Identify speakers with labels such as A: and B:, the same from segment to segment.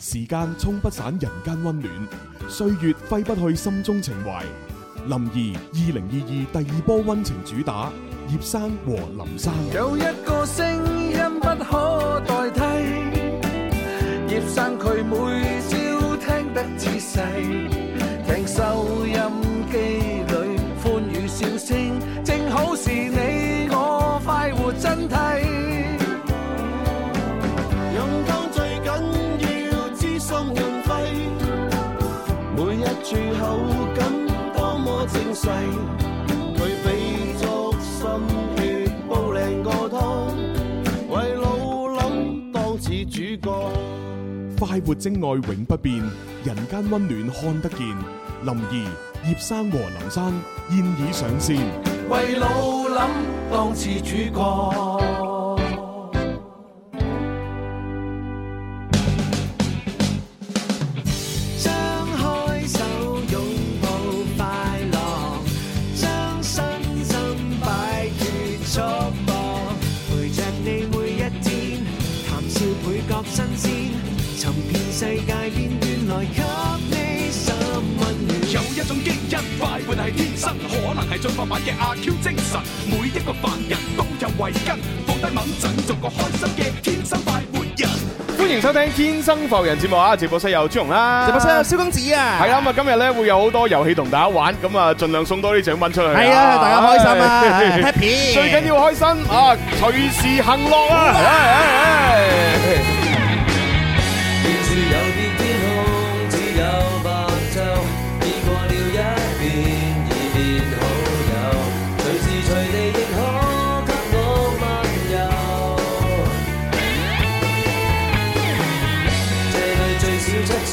A: 時間沖不散人間溫暖，歲月揮不去心中情懷。林兒二零二二第二波溫情主打，葉生和林生。
B: 有一個聲音不可代替，葉生佢每朝聽得仔細，聽收音機裏歡語笑聲，正好是你我快活真諦。
C: 勇敢最緊要知心潤肺，每一處口感多麼精細，佢俾足心血煲靚個湯，為老諗當似主角。
A: 快活精愛永不變，人間溫暖看得見。林兒、葉生和林生現已上線。
B: 為老諗當似主角。
D: 張開手擁抱快樂，將身心擺脱束縛，陪着你每一天，談笑倍覺新鮮，尋遍世界邊緣來給你心溫暖。
E: 有一種基因快活係天生，可能係進化版嘅阿 Q 精神。每一個凡人都有慧根，放低猛陣，做個開心嘅天生快活人。
F: 歡迎收聽《天生浮人》節目啊！直播室有朱紅啦，
G: 直播室有蕭公子啊，
F: 係啦咁啊！今日咧會有好多遊戲同大家玩，咁啊盡量送多啲獎品出去。
G: 係啊大家開心啊
F: 唉
G: happy
F: 最緊要開心啊！隨時行樂啊！唉唉唉
H: 便是有別天空，只有白晝。已過了一年，已變好友，隨時隨地亦可給我漫遊。這裏最少七千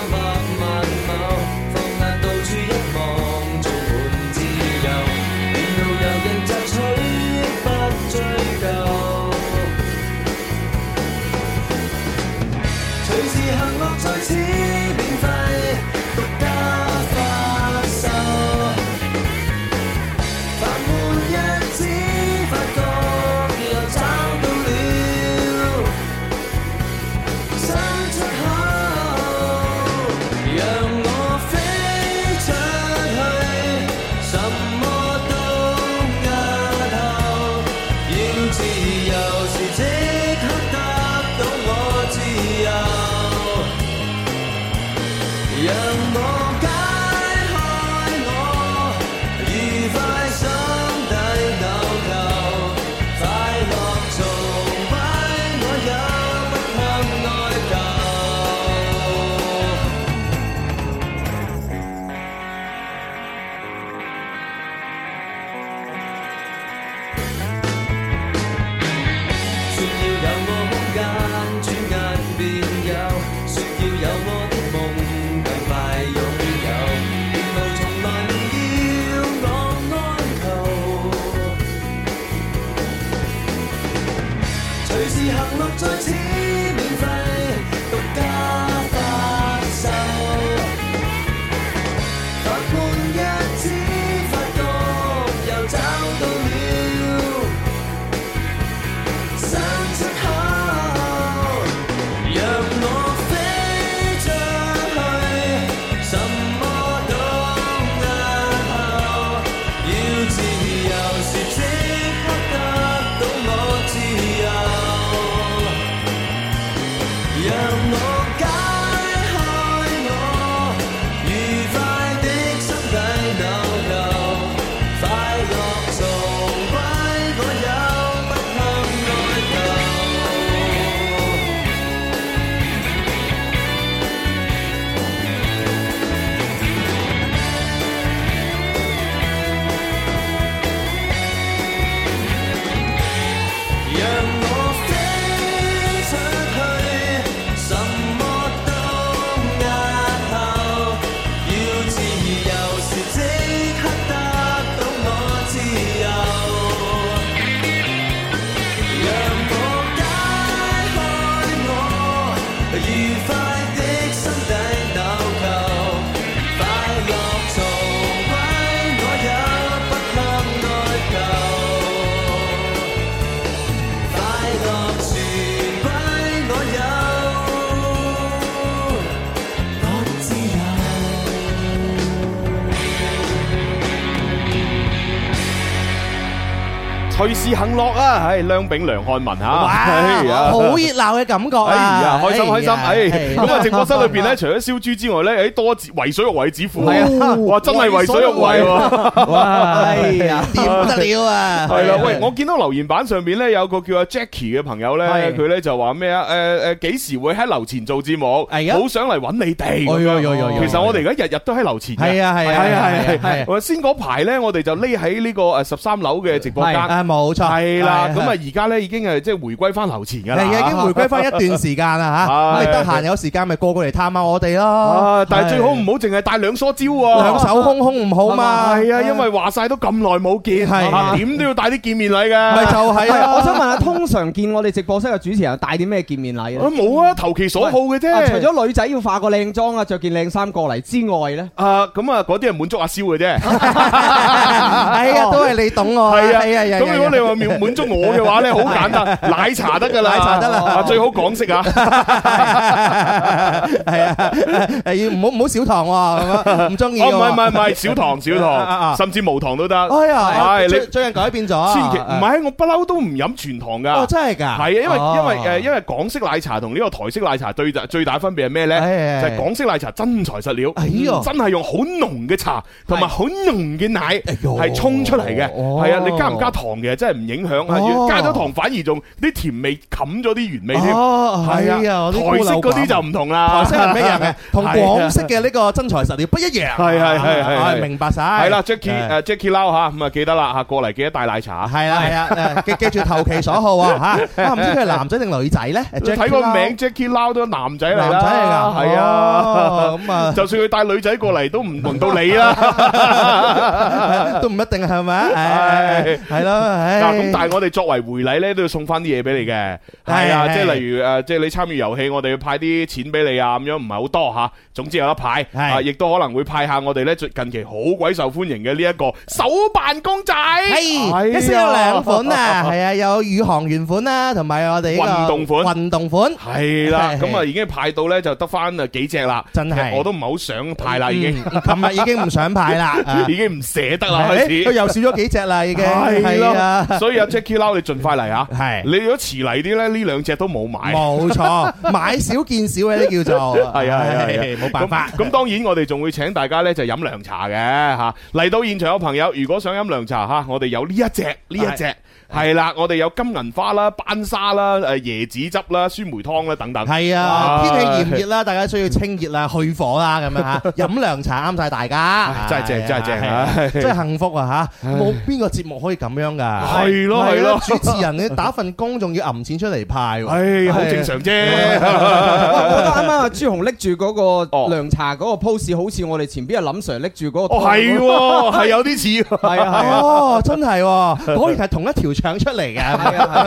H: 百萬畝，放眼到處一望，充滿自由。沿路遊人摘取，不追究。隨時行樂在此免費，獨家發售。繁忙日子發覺又找到了新出口，讓我飛出去，什麼都押後。要自由時即刻得到我自由，讓我解開我愉快心底紐扣，快樂從不我也不堪內疚。說要有我空間，轉眼便有；說要有我的夢，更快擁有。沿路從來唔要我哀求，隨時行樂在此免費，獨家發售。繁忙日子發覺又找到了。想出口，讓我飛出去，什麼都押後。要自由時即刻得到我自由，讓我解開我愉快的心底紐扣。快樂從不我有不堪內疚。讓我飛出去，什麼都押後。要自由時即刻得到我自由。讓我解開我愉快的心底紐扣，快樂重歸我也不堪內疚。快樂全歸我有，
F: 隨時行樂啊！唉，梁炳梁漢文嚇，哎呀
G: 好熱鬧嘅感覺
F: 哎
G: 啊！
F: 呀，開心開心，
G: 哎
F: 哎
G: 呀，
F: 咁啊直播室裏邊咧，除咗燒豬之外咧，誒多子為所欲為子父，
G: 啊
F: 哇真係啊為所欲為喎，
G: 哇哎呀點得了啊！
F: 係啦，喂，我見到留言板上邊咧有個叫阿 Jackie 嘅朋友咧，
G: 係
F: 佢咧就話咩啊？誒誒幾時會喺樓前做節目？
G: 係啊
F: 好想嚟揾你哋
G: 哎
F: 咁
G: 呀
F: 樣。
G: 呀呀呀
F: 其實我哋而家日日都喺樓前嘅。
G: 係啊係啊
F: 係啊
G: 係啊
F: 係
G: 係
F: 啊
G: 啊
F: 我先嗰排咧，我哋就匿喺呢個誒十三樓嘅直播
G: 係
F: 間。
G: 啊，冇錯，
F: 係啦，咁
G: 係
F: 啊而家咧已經係即係回歸翻樓前㗎啦。
G: 係已經回歸翻一段時間啦嚇，
F: 係
G: 咁你得閒有時間咪個個嚟探下我哋咯。
F: 啊！但係最好唔好淨係帶兩梳蕉喎，
G: 兩手空空唔好嘛，
F: 係啊，因為話晒都咁耐冇見，
G: 係
F: 啊點都要帶啲見面禮
G: 咪就
F: 㗎。
G: 係
I: 係，
G: 咯。
I: 我想問下，通常見我哋直播室嘅主持人帶啲咩見面禮
F: 啊
I: 咧？
F: 冇啊，投其所好嘅
I: 啊
F: 啫。
I: 除咗女仔要化個靚妝啊，着件靚衫過嚟之外咧，
F: 啊，咁啊，嗰啲係滿足阿蕭嘅啫，
G: 係啊，都係你懂我。
F: 係啊，
G: 係啊，係啊
F: 咁如果你話滿滿足我嘅話咧，好簡 單，奶茶得㗎啦，
G: 奶茶得啦
F: 啊，最好港 式啊，
G: 係啊，係要唔好唔好少糖喎，咁樣唔中意
F: 哦，
G: 喎。
F: 唔係唔係唔係，少糖少
G: 啊啊
F: 糖，
G: 啊
F: 甚至無糖都得，
G: 哎呀，
F: 係你
G: 最最近改變咗，
F: 千祈唔係，我不嬲都唔飲全糖
G: 哦，
F: 㗎。
G: 真係㗎，
F: 係啊，因為
G: 哦
F: 因為誒，因為港式奶茶同呢個台式奶茶最大最大分別係咩呢？
G: 係
F: 就係港式奶茶真材實料，嗯
G: 哎喲
F: 真係用好濃嘅茶同埋好濃嘅奶
G: 喲
F: 係沖出嚟嘅。
G: 哎哦
F: 係啊，你加唔加糖其實真係唔影響，啊
G: 哦
F: 加咗糖反而仲啲甜味冚咗啲原味添。
G: 哦，係啊，我啲
F: 台
G: 孤
F: 式嗰
G: 陋寡
F: 啲
G: 聞
F: 就唔同啦
G: 台。式係咩 樣嘅？同廣式嘅呢個真材實料不一樣。
F: 係係係係
G: 啊明白晒。
F: 係啦，Jackie
G: 係
F: 誒 Jackie Lau 嚇，咁啊記得啦嚇，過嚟記得帶奶茶。
G: 係啦係哎啊，誒記記住投其所好 啊嚇。啊唔知佢係男仔定女仔咧？
F: 睇個名 Jackie Lau 都男仔嚟啦，
G: 男仔嚟㗎
F: 係啊
G: 哦，咁啊
F: 就算佢帶女仔過嚟都唔輪到你啦。
G: 都唔一定 係咪？唉係咯，唉
F: 嗱，咁但係我哋作為回禮咧，都要送翻啲嘢俾你嘅，
G: 係
F: 係啊，
G: 係
F: 即係例如誒，即係你參與遊戲，我哋要派啲錢俾你啊，咁樣唔係好多吓，總之有得派，
G: 係
F: 啊，亦都可能會派下我哋咧最近期好鬼受歡迎嘅呢一個手辦公仔，哎
G: 係
F: 呀
G: 一先有兩款啊，係啊，有宇航員款啦，同埋我哋呢個
F: 運動款
G: 運動款。
F: 係啦，
G: 係
F: 咁啊已經派到咧就得翻啊幾隻啦，
G: 真係
F: 其實我都唔係好想派啦，已經
G: 嗯琴日已經唔想派啦， 啊
F: 已經唔捨得啦開
G: 佢
F: 始，
G: 又少咗幾隻啦，已經
F: 係
G: 係啊。
F: 咯，所以阿 Jackie Lau 你盡快嚟啊，
G: 係
F: 你如果遲嚟啲咧，呢兩隻都冇買。
G: 冇錯，買少見少嘅呢叫做，
F: 係啊係啊係啊，
G: 冇辦法。
F: 咁咁當然我哋仲會請大家咧就飲涼茶嘅嚇。嚟到現場嘅朋友，如果想飲涼茶嚇，我哋有呢一隻呢一隻係啦，我哋有金銀花啦、班沙啦、誒椰子汁啦、酸梅湯啦等等。
G: 係
F: 啊
G: 啊，天氣炎熱啦，大家需要清熱啦、去火啦咁樣 嚇，飲涼茶啱晒大
F: 唉
G: 家，
F: 真係正
G: 啊
F: 真係正
G: 係
F: 唉
G: 啊真係幸福啊嚇！冇邊個節目可以咁樣㗎？啊
F: 係咯係咯
G: 主持人你打份工仲要揞錢出嚟 派喎，
F: 唉，好正常啫。
I: 我我覺得啱啱阿朱紅拎住嗰個
F: 哦
I: 涼茶嗰個 pose，好似我哋前邊阿林 Sir 拎住嗰個。
F: 哦，係 喎，係有啲似。
I: 係啊係啊。
G: 哦，真係喎，果然係同一條腸出嚟嘅，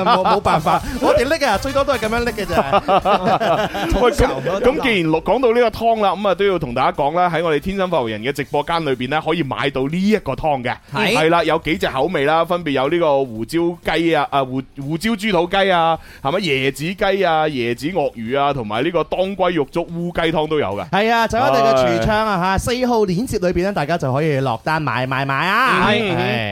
G: 冇冇 辦法，我哋拎啊，最多都係咁樣拎嘅咋。
F: 喂，咁咁既然錄講到呢個湯啦，咁啊都要同大家講啦，喺我哋天生發育人嘅直播間裏邊咧，可以買到呢一個湯嘅，
H: 哎
I: 係
F: 係啦，有幾隻口味啦，分別有呢個胡椒雞啊，啊胡胡椒豬肚雞啊，係咪椰子雞啊、椰子鱷魚啊，同埋呢個當歸肉粥烏雞湯都有嘅。
G: 係啊，就喺我哋嘅櫥窗啊嚇，四號鏈接裏邊咧，大家就可以落單買買買啊！
F: 嗯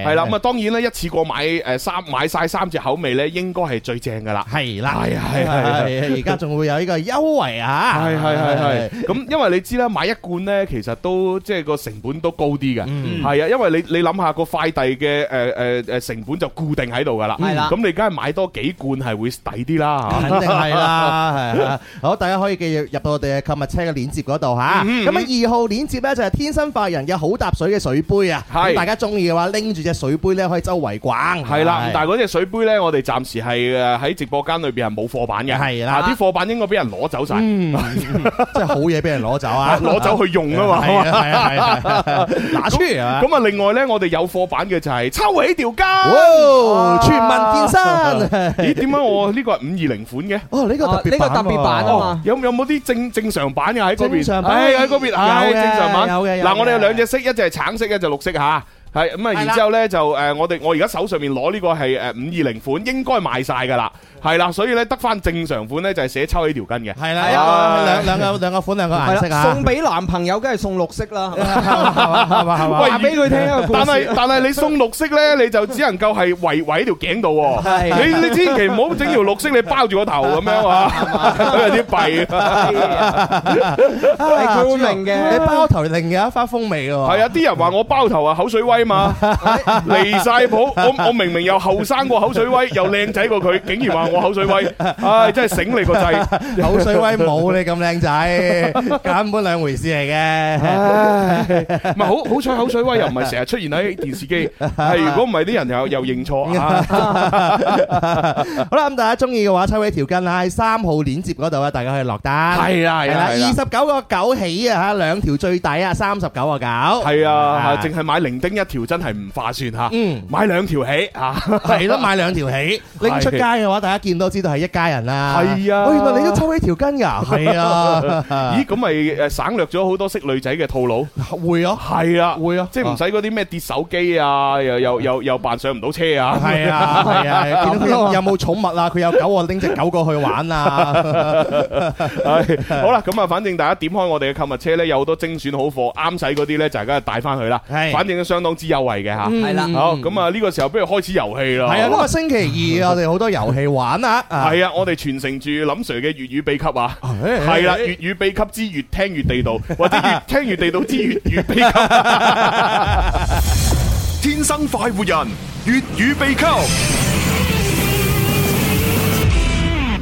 F: 係啦，咁啊當然咧，一次過買誒三買晒三隻口味咧，應該係最正噶啦。
G: 係啦，
F: 係啊係啊係啊
G: 係啊而家仲會有呢個優惠啊！
F: 係係係係，咁因為你知啦，買一罐呢，其實都即係個成本都高啲嘅，係啊，因為你你諗下個快遞嘅誒誒誒成本就固定喺度噶啦，
I: 係啦
F: 咁你梗係買多幾罐係會抵啲啦，
G: 肯定係啦，係啊！好，大家可以記入入到我哋嘅購物車嘅鏈接嗰度嚇。
F: 嗯嗯
G: 咁啊，二號鏈接咧就係天生化人嘅好搭水嘅水杯啊！
F: 係
G: 咁大家中意嘅話，拎住只水杯咧可以周圍逛。
F: 係啦，但
G: 係
F: 係嗰隻水杯呢，我哋暫時係誒喺直播間裏邊係冇貨版嘅，
G: 係啦
F: 啊啲貨版應該俾人攞走晒，
G: 嗯，真係好嘢俾人攞走 啊！
F: 攞走去用啊嘛。
G: 係啊係啊 係啊，拿出嚟啊！
F: 咁啊，另外呢，我哋有貨版嘅就係抽起條筋。
G: 哇！全 民健身。
F: 咦？點解我呢個係五二零款 嘅？
G: 哦，呢個特別
I: 呢個特別版啊
G: 喎
I: 嘛。
F: 有有冇啲正正常版嘅喺嗰邊？
G: 正常版
F: 唉喺嗰邊，唉
G: 有嘅
F: 正常版。
G: 有嘅有嘅
F: 嗱，我哋有兩隻色，一隻係橙色，一隻綠色吓。系咁啊，
G: 係啦
F: 然之後咧就诶，我哋我而家手上面攞呢個係诶五二零款，應該賣晒㗎啦，係啦，所以咧得翻正常款咧就係寫抽起條筋嘅，
G: 係啦，
F: 啊
G: 兩-兩個-兩個款，兩個顏色啊。
I: 送俾男朋友，梗係送綠色啦，係嘛
G: 係嘛，係嘛，係嘛。
F: 喂，
I: 話俾佢聽一個故
F: 但係
I: 事。
F: 但係你送綠色 咧，你就只能夠係圍圍喺條頸 度喎，
I: 係
F: 你你千祈唔好整條綠色你包住個頭咁樣 啊，有啲弊啊。
I: 係佢會明嘅。
G: 你包頭另有一番風味嘅喎。
F: 系啊，啲人話我包頭啊口水威嘛，離晒譜。我我明明 又後生過口水威，又靚仔過佢，竟然話我口水威，唉，真係醒你個 掣。
G: 口水威冇你咁靚仔，根本兩回事嚟嘅。
F: 唉，唔係好好彩口水威又唔係成日出現喺電視機，係如果唔係啲人又又 認錯啊。
G: 好啦，咁大家鍾意嘅話，抽起條筋啦，喺三號鏈接嗰度啊，大家可以落單。
F: 係啦係啦
G: 係啦，
F: 係啦，
G: 29.9起啊，嚇，兩條最抵啊，39.9
F: 係啊，
G: 啊
F: 淨係買零丁一條真係唔划算吓，
G: 嗯
F: 買兩條起啊。
G: 係咯，買兩條起，拎出街嘅話，大家見到知道係一家人啦。
F: 係啊。
G: 哦，原來你都抽起條筋㗎？係啊。
F: 咦，咁咪誒省略咗好多識女仔嘅套路。
G: 會咯。
F: 係啊，
G: 會啊
F: 即係唔使嗰啲咩跌手機啊，又又又又扮上唔到車啊。
G: 系 啊系啊，見到佢有冇寵物啊？佢有狗，我拎只狗過去玩啊！
F: 係好啦，咁啊，反正大家點開我哋嘅購物車咧，有好多精選好貨，啱使嗰啲咧就而家帶翻去啦。
G: 係
F: 反正都相當之優惠嘅吓。
I: 係啦，
F: 好，咁啊呢個時候不如開始遊戲啦。
G: 係啊，今日星期二我哋好多遊戲玩啊！啊
F: 系啊，我哋傳承住林 Sir 嘅粵語秘笈啊，
G: 哎
F: 係啦，粵語秘笈之越聽越地道， 或者越聽越地 道之粵語秘笈。
E: 天生快活人，粵語秘笈。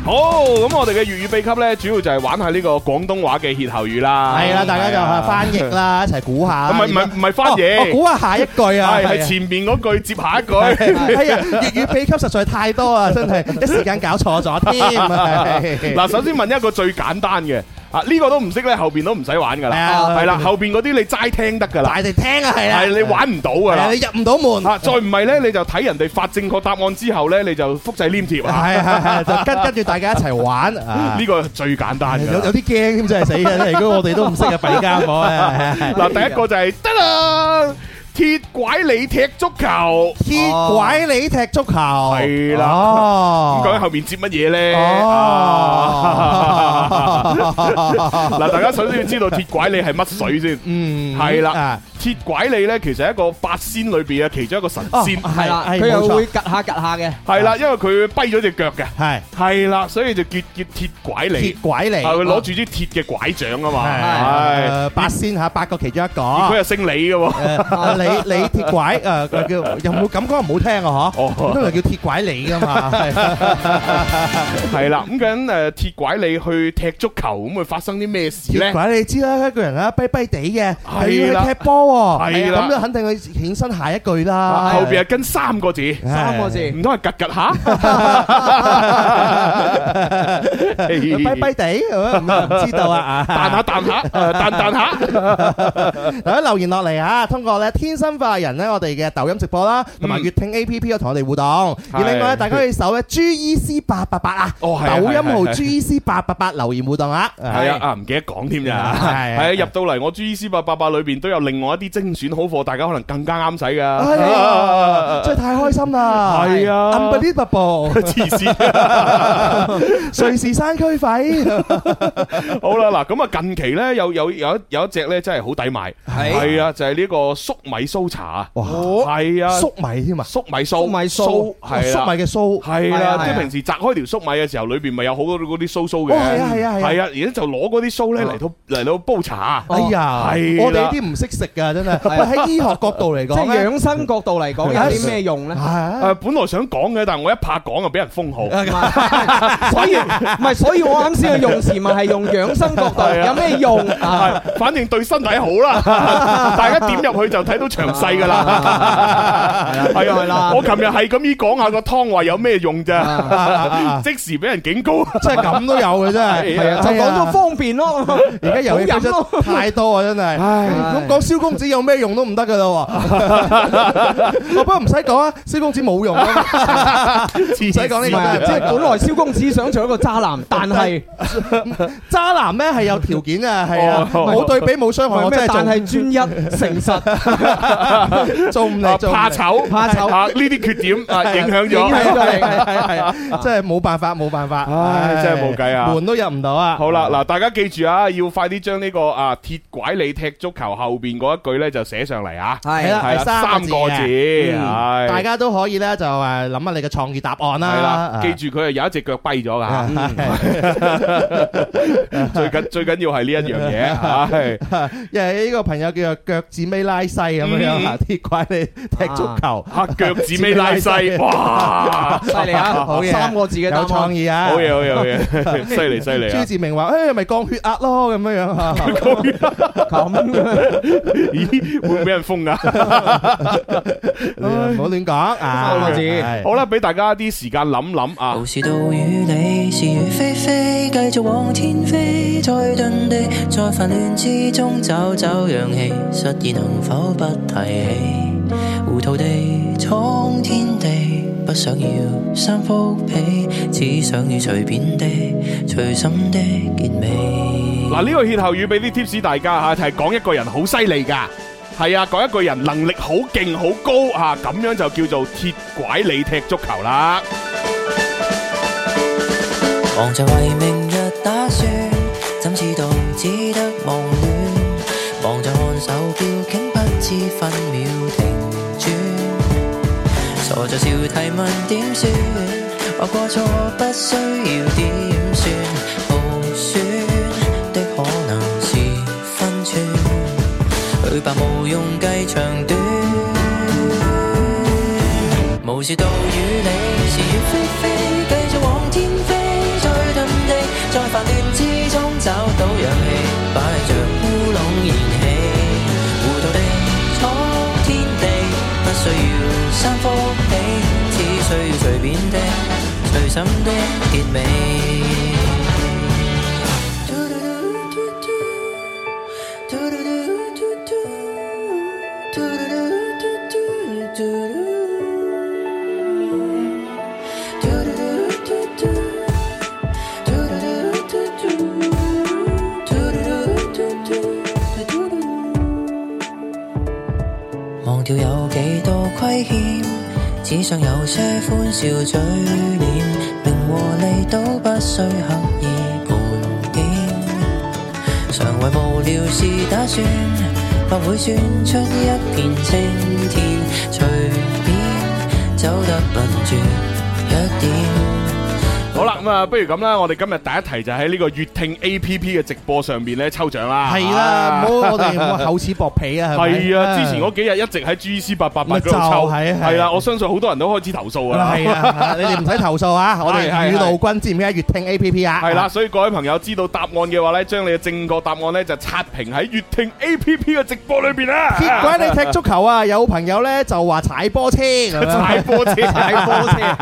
F: 好，咁我哋嘅粵語秘笈呢，主要就係玩下呢個廣東話嘅歇後語啦。啊
G: 係啦，大家就係翻 譯啦，一齊估下。
F: 唔係唔係唔係翻
G: 哦我
F: 譯，
G: 估下下一句啊！
F: 係係
G: 啊
F: 前面嗰句接下一句。
G: 係啊，粵語秘笈實在太多啊，真係一時間搞錯咗添。係
F: 嗱，首先問一個最簡單嘅，啊呢個都唔識呢，後邊都唔使玩噶
G: 係
F: 啦，
G: 啊
F: 係啦，後邊嗰啲你齋聽得噶啦，
G: 大地聽啊，係啊，
F: 係你玩唔到噶
G: 係
F: 啦
G: 啊，。你入唔到門，
F: 啊，再唔係呢，你就睇人哋發正確答案之後呢，你就複製黏貼啊！
G: 係係係，就跟跟住大家一齊玩啊！
F: 呢個最簡單
G: 有有
F: 嘅。
G: 啲驚添，真係死嘅。如果我哋都唔識嘅，弊家伙啊！係係係
F: 嗱，第一個就係得啦，鐵拐你踢足球。
G: 鐵拐你踢足球，係
F: 啦
G: 哦
F: 咁究竟後面接乜嘢咧？
G: Ờ.
F: 啊
G: 哦，
F: 嗱，大家首先要知道鐵拐你係乜水先。
G: 嗯
F: 係啦
G: 啊，
F: 鐵拐你咧其實係一個八仙裏邊嘅其中一個神仙，
G: 哦
I: 係啦，
G: 係
I: 佢
G: 冇
I: 又
G: 錯
I: 會趌下趌下嘅。
F: 係啦，因為佢跛咗只腳嘅，
G: 係
F: 係啦，所以就叫叫鐵拐你
G: 鐵，拐你，
F: 係佢攞住支鐵嘅拐杖啊嘛，
G: 係
F: 係，
G: 誒八仙嚇八個其中一個，
F: 佢又姓李嘅喎。
G: 誒你你鐵拐誒佢叫有冇咁講唔好聽啊？
F: 哦
G: 嗬，都係叫鐵拐你噶嘛，
F: 係啦，咁緊誒鐵拐你去踢足球，咁會發生啲咩事
G: 鐵
F: 咧？
G: 拐你知啦，一個人啊跛跛地嘅，
F: 係啦
G: 又要去踢波喎，
F: 係啦
G: 咁就肯定佢衍生下一句啦，
F: 後邊係跟三個字，
I: 三個字
F: 唔通係趌 趌下？啊
G: 跛跛地，唔唔知道 啊，
F: 彈下彈下，誒彈彈下，
G: 大家留言落嚟啊！通過咧天生化人咧，我哋嘅抖音直播啦，同埋
F: 嗯
G: 粵聽 A P P 有同我哋互動。而另外咧，大家可以搜咧 G E C 八八八啊，
F: 哦係
G: 抖音
F: 係係
G: 號
F: 係
G: G E C 八八八留言互動啊！
F: 係啊，啊唔記得講添咋，
G: 係
F: 係啊，入到嚟我 G C 八八八裏邊都有另外一啲精選好貨，大家可能更加啱使㗎。
G: 哎呀，真係太開心啦！
F: 係啊
G: ，unbelievable！
F: 黐線！
G: 瑞士山區費，
F: 好啦，嗱咁啊，近期咧有有有一有一隻咧真係好抵買，
I: 係
F: 係啊，就係呢個粟米酥茶啊，
G: 哇，
F: 係啊，
G: 粟米添啊，
F: 粟米酥，
I: 粟米酥
G: 哦
F: 係
G: 粟
F: 啦
G: 米嘅酥，
F: 系
I: 係
F: 啦，
I: 啊
F: 即
I: 係
F: 係
I: 啊
F: 平時摘開條粟米嘅時候，裏边咪有好多嗰啲酥酥嘅，
G: 哦係啊係啊係啊
F: 係啊，而家就攞嗰啲酥咧嚟到嚟到煲茶，
G: 哎呀，
F: 係啦
G: 我哋呢啲唔識食噶，真係。
I: 係
G: 喂，喺醫學角度嚟
I: 即係
G: 講咧，
I: 養生角度嚟講，有啲咩用咧？
G: 係
F: 诶，啊本來想講嘅，但系我一怕講就啊俾人封號。
I: 唔係所以唔係，所以我啱先嘅用詞咪係用養生角度，有咩用啊？
F: 係反正對身體好啦，大家點入去就睇到詳細噶啦。係啊
I: 係啦
F: 我琴日係咁依講下個湯話有咩用
I: 啊
F: 咋，即時俾人警告。
G: 真係咁都有嘅真係，
F: 係啊
I: 就講到方邊咯。
G: 而家遊戲
I: 好飲
G: 規
I: 咯
G: 則太多啊，真係。咁講蕭公子有咩用都唔得噶啦喎。我不過唔使講啊，蕭公子冇用啊，唔使講呢
I: 唔係
F: 啊
G: 個。
I: 即係本來蕭公子想做一個渣男，但係
G: 渣男咧係有條件啊，係啊，
F: 哦
G: 冇對比冇傷害，
I: 係
G: 我真係做
I: 咩？哦但係專一誠實，
G: 做唔嚟，做
F: 啊
G: 唔嚟
F: 怕醜，
I: 怕醜
F: 啊呢啲缺點啊影響
I: 影
F: 咗
I: 響。咗你。
G: 係係真係冇辦法，冇辦法，
F: 唉真係冇計啊
G: 門都入唔到啊！
F: 好啦，嗱，大家記住啊，要快啲將呢個啊鐵拐李踢足球後邊嗰一句咧就寫上嚟啊！
G: 係啦
F: 係啦，
G: 三
F: 三
G: 個字
F: 個字，係
G: 大家都可以咧就誒諗下你嘅創意答案
F: 係啦
G: 啦，。啊
F: 記住佢係有一隻腳跛咗噶， 最緊最緊要係呢一樣嘢，係
G: 因為呢個朋友叫做腳趾尾拉西咁
F: 嗯
G: 樣啊，鐵拐你踢足球，
F: 嚇腳趾尾拉西， 哇！
I: 犀利啊！
G: 好嘢
I: 三個字嘅答
G: 有創
I: 案，
G: 意啊！
F: 好嘢好嘢 好嘢，犀利犀利
G: 朱
F: 啊！
G: 志明話：，哎誒，咪降血壓咯，咁樣樣 啊。
I: 咁
F: 咦，會唔會俾人封 噶？
G: 唔好亂講 啊！
I: 三個字
G: 係
F: 好啦，俾大家啲時間諗諗啊
J: 無！事到與你是與非非，繼續往天飛，再遁地，在煩亂之中找找氧氣，失意能否不提起？糊塗地闖天地，不想要三幅被，只想要隨便地、隨心的結尾。
F: 嗱，呢個歇後語俾啲 tips 大家吓，就係講一個人好犀利噶。係啊，講一個人能力好勁、好高吓，咁樣就叫做鐵拐李踢足球啦。
J: 忙着為明日打算，怎知道只得忙亂？忙着看手錶，竟不知分秒停轉。傻着笑提問點算？話過錯不需要點算，耗損的可能是分寸。去吧，無用計長短。無視道與理，是與非非，繼續往天飛，再遁地，在煩亂之中找到氧氣，擺着烏龍燃起，糊塗地闖天地，不需要三幅被，只需要隨便的、隨心的結尾。忘掉有幾多虧欠，只想有些歡笑嘴臉，名和利都不需刻意盤點。常為無聊事打算，或會算出一片青天，隨便走得笨拙一點。
F: 好啦，咁啊，不如咁啦，我哋今日第一題就喺呢個粵聽 A P P 嘅直播上面咧抽獎啦。
G: 係啦，唔好我哋唔好厚此薄彼啊！係咪
F: 啊係啊，之前嗰幾日一直喺 G C 八八八嗰度抽，
G: 咪就係啊係啊
F: 係啦，我相信好多人都開始投訴啊。
G: 係啊，你哋唔使投 訴啊！我哋雨露均沾嘅粵聽 A P P 啊，
F: 係啦，， 所以各位朋友知道答案嘅話咧，將你嘅正確答案咧就刷屏喺粵聽 A P P 嘅直播裏邊啦。
G: 鐵拐你踢足球啊！有朋友咧就話踩波車 咁樣，啊
F: 踩波車，踩
G: 波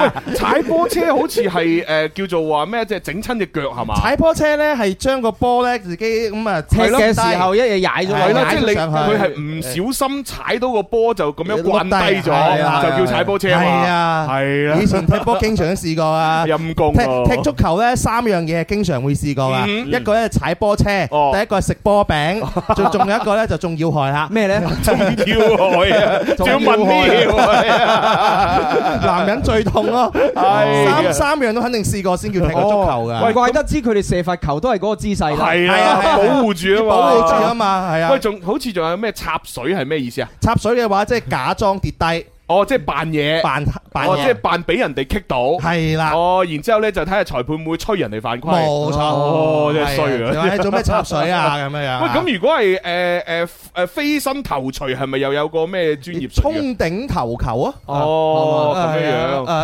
F: 車，踩波車好似係誒叫做話咩？即係整親隻腳係嘛？
G: 踩波車咧係將個波咧自己咁啊踢
I: 踢嘅時候一嘢踩咗
F: 係
G: 係
I: 佢
F: 啦，
G: 啦
I: 啦
F: 即係你
G: 踩咗上去
F: 佢係唔小心踩到個波就咁樣慣低咗，
G: 係啊
F: 就叫踩波車嘛。
G: 係啊
F: 係
G: 以
F: 啊，
G: 前踢波經常都試過 啊。
F: 陰公
G: 踢
F: 喎
G: 踢足球咧三樣嘢經常會試過啊，
F: 嗯
G: 一個咧踩波車，
F: 哦
G: 第一個係食波 餅，仲仲有一個咧就中要害啦。
I: 咩咧？
F: 仲要害啊， 仲要問啲嘢啊。
G: 男人最痛咯，
F: 係啊
G: 三三樣都肯定試過先叫踢過足球
F: 喂
G: 噶，
I: 怪得知佢哋射罰球都係嗰個姿勢啦。
F: 係
G: 係
F: 啊
G: 啊，係啊
F: 保護住啊嘛，
G: 保護住啊。嘛，係
F: 喂，
G: 啊。
F: 仲好似仲有咩插水係咩意思啊？
G: 插水嘅話，即係假裝跌低，
F: 哦，即係扮嘢，
G: 扮扮
F: 哦，即係
G: 嘢，
F: 扮俾人哋棘到。
G: 係啊啦，
F: 哦，然之後咧就睇下裁判會唔會吹人哋犯規。
G: 冇錯。
F: 哦真係衰啊
G: 係你話你做咩插 水啊？咁樣樣。
F: 喂，咁如果係呃誒誒誒飛身頭錘，係咪又有個咩專業術語啊
G: 衝頂頭球啊！
F: 哦，咁樣樣。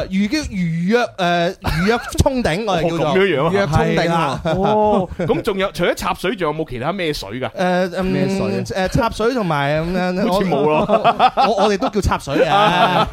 G: 誒，如叫如約誒如約衝頂，我哋叫做
F: 哦咁樣樣啊
I: 約衝頂
G: 係
I: 啊
G: 啦
F: 哦，咁仲有除咗插水，仲有冇其他咩水噶？
G: 誒嗯
I: 咩水啊
G: 誒插水同埋咁樣，
F: 好似冇咯
G: 我。我我哋都叫插水嘅，
F: 係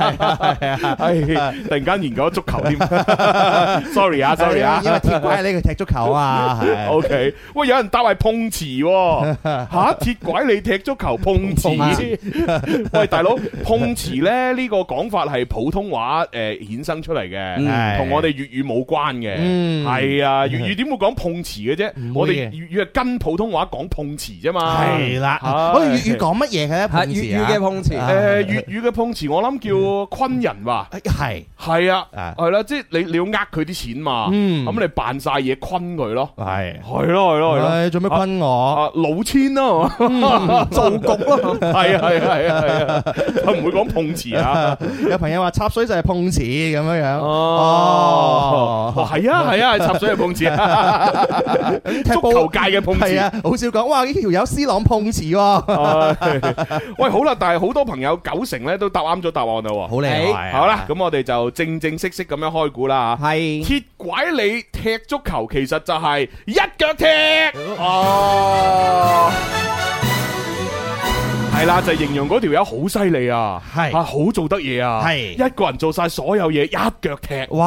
F: 突然間研究足球添 ，sorry 啊，sorry 啊，
G: 因為鐵拐你佢踢足球啊， 係
F: O K，喂，有人答係碰瓷 喎，吓鐵拐你踢足球碰瓷
G: 碰啊瓷？
F: 喂，大佬，碰瓷咧呢個講法係普通話诶衍生出嚟嘅，
G: 嗯
F: 同我哋粵語冇關嘅，
G: 嗯
F: 係啊，粵語點會講碰瓷嘅啫？
G: 唔
F: 我
G: 會
F: 哋
G: 嘅
F: 粵語係跟普通話講碰瓷啫嘛，
G: 係啦，
F: 係
G: 我哋粵語講乜嘢嘅咧？
I: 係
G: 碰瓷
I: 粵
G: 啊
I: 語嘅碰瓷，
F: 诶粵語嘅碰瓷，我諗叫昆人話。
G: 係
F: 係啊，
G: 嗯啊
F: 係啦，即係你你要呃佢啲錢嘛，
G: 嗯
F: 咁你扮晒嘢昆佢咯，
G: 係
F: 係咯係咯係咯。
G: 唉，做咩坤我？
F: 啊，老千啦，造局咯，系啊系啊系啊系啊，唔會講碰瓷啊，
G: 有朋友話插水就係碰瓷咁樣樣。
F: 哦，
G: 哦，
F: 係啊係啊， 插水係碰瓷啊，
G: 踢
F: 足
G: 波
F: 球界嘅碰
G: 係
F: 瓷。
G: 啊，好少講。哇，呢條友斯朗碰瓷喎，
F: 唉喂，好啦，但係好多朋友九成咧都答啱咗答案啦喎，
G: 好厲害啊。
F: 好啦，咁我哋就正正式式咁樣開估啦吓。
I: 係
F: 鐵拐你踢足球其實就係一腳踢，哦，係啦，就形容嗰條友好犀利啊，
G: 係
F: 啊好做得嘢啊，
G: 係
F: 一個人做晒所有嘢，一腳踢，Ờ,
G: 哇！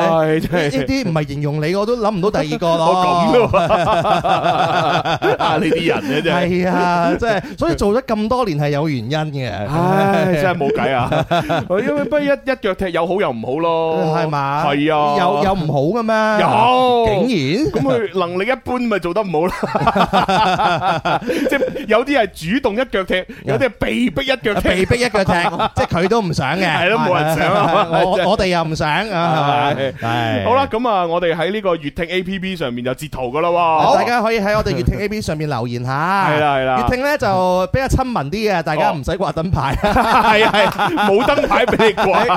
G: 呢
F: 唉，
G: 呢
F: 真係
G: 啲唔係形容你，我都諗唔到第二 個
F: 我
G: 咯。
F: 咁咯，啊呢啲人咧真係。
G: 係啊，真係，所以做咗咁多年係有原因 嘅。
F: 唉，真係冇計 啊！因為不過一一腳踢有好有唔好咯，
G: 係嘛？
F: 係啊，
G: 有有唔好嘅
F: 有
G: 咩？ 竟
F: 咁
G: 然
F: 佢能力一般，咪做得唔好啦。即係有啲係主動一腳踢，有啲係被逼一腳
G: 被
F: 踢。
G: 逼一 腳踢，即係佢都唔想嘅。
F: 係咯冇人想啊真係
G: 我我哋又唔想 啊，係咪？係
F: 好啦，。咁啊，我哋喺呢個粵聽 A P P 上面就截圖噶啦喎。
G: 大家可以喺我哋粵聽 A P 上面留言下，
F: 係啦係啦
G: 粵聽咧就比較親民啲嘅，大家
F: 哦
G: 唔使掛 燈牌。
F: 係係冇燈牌俾 你掛。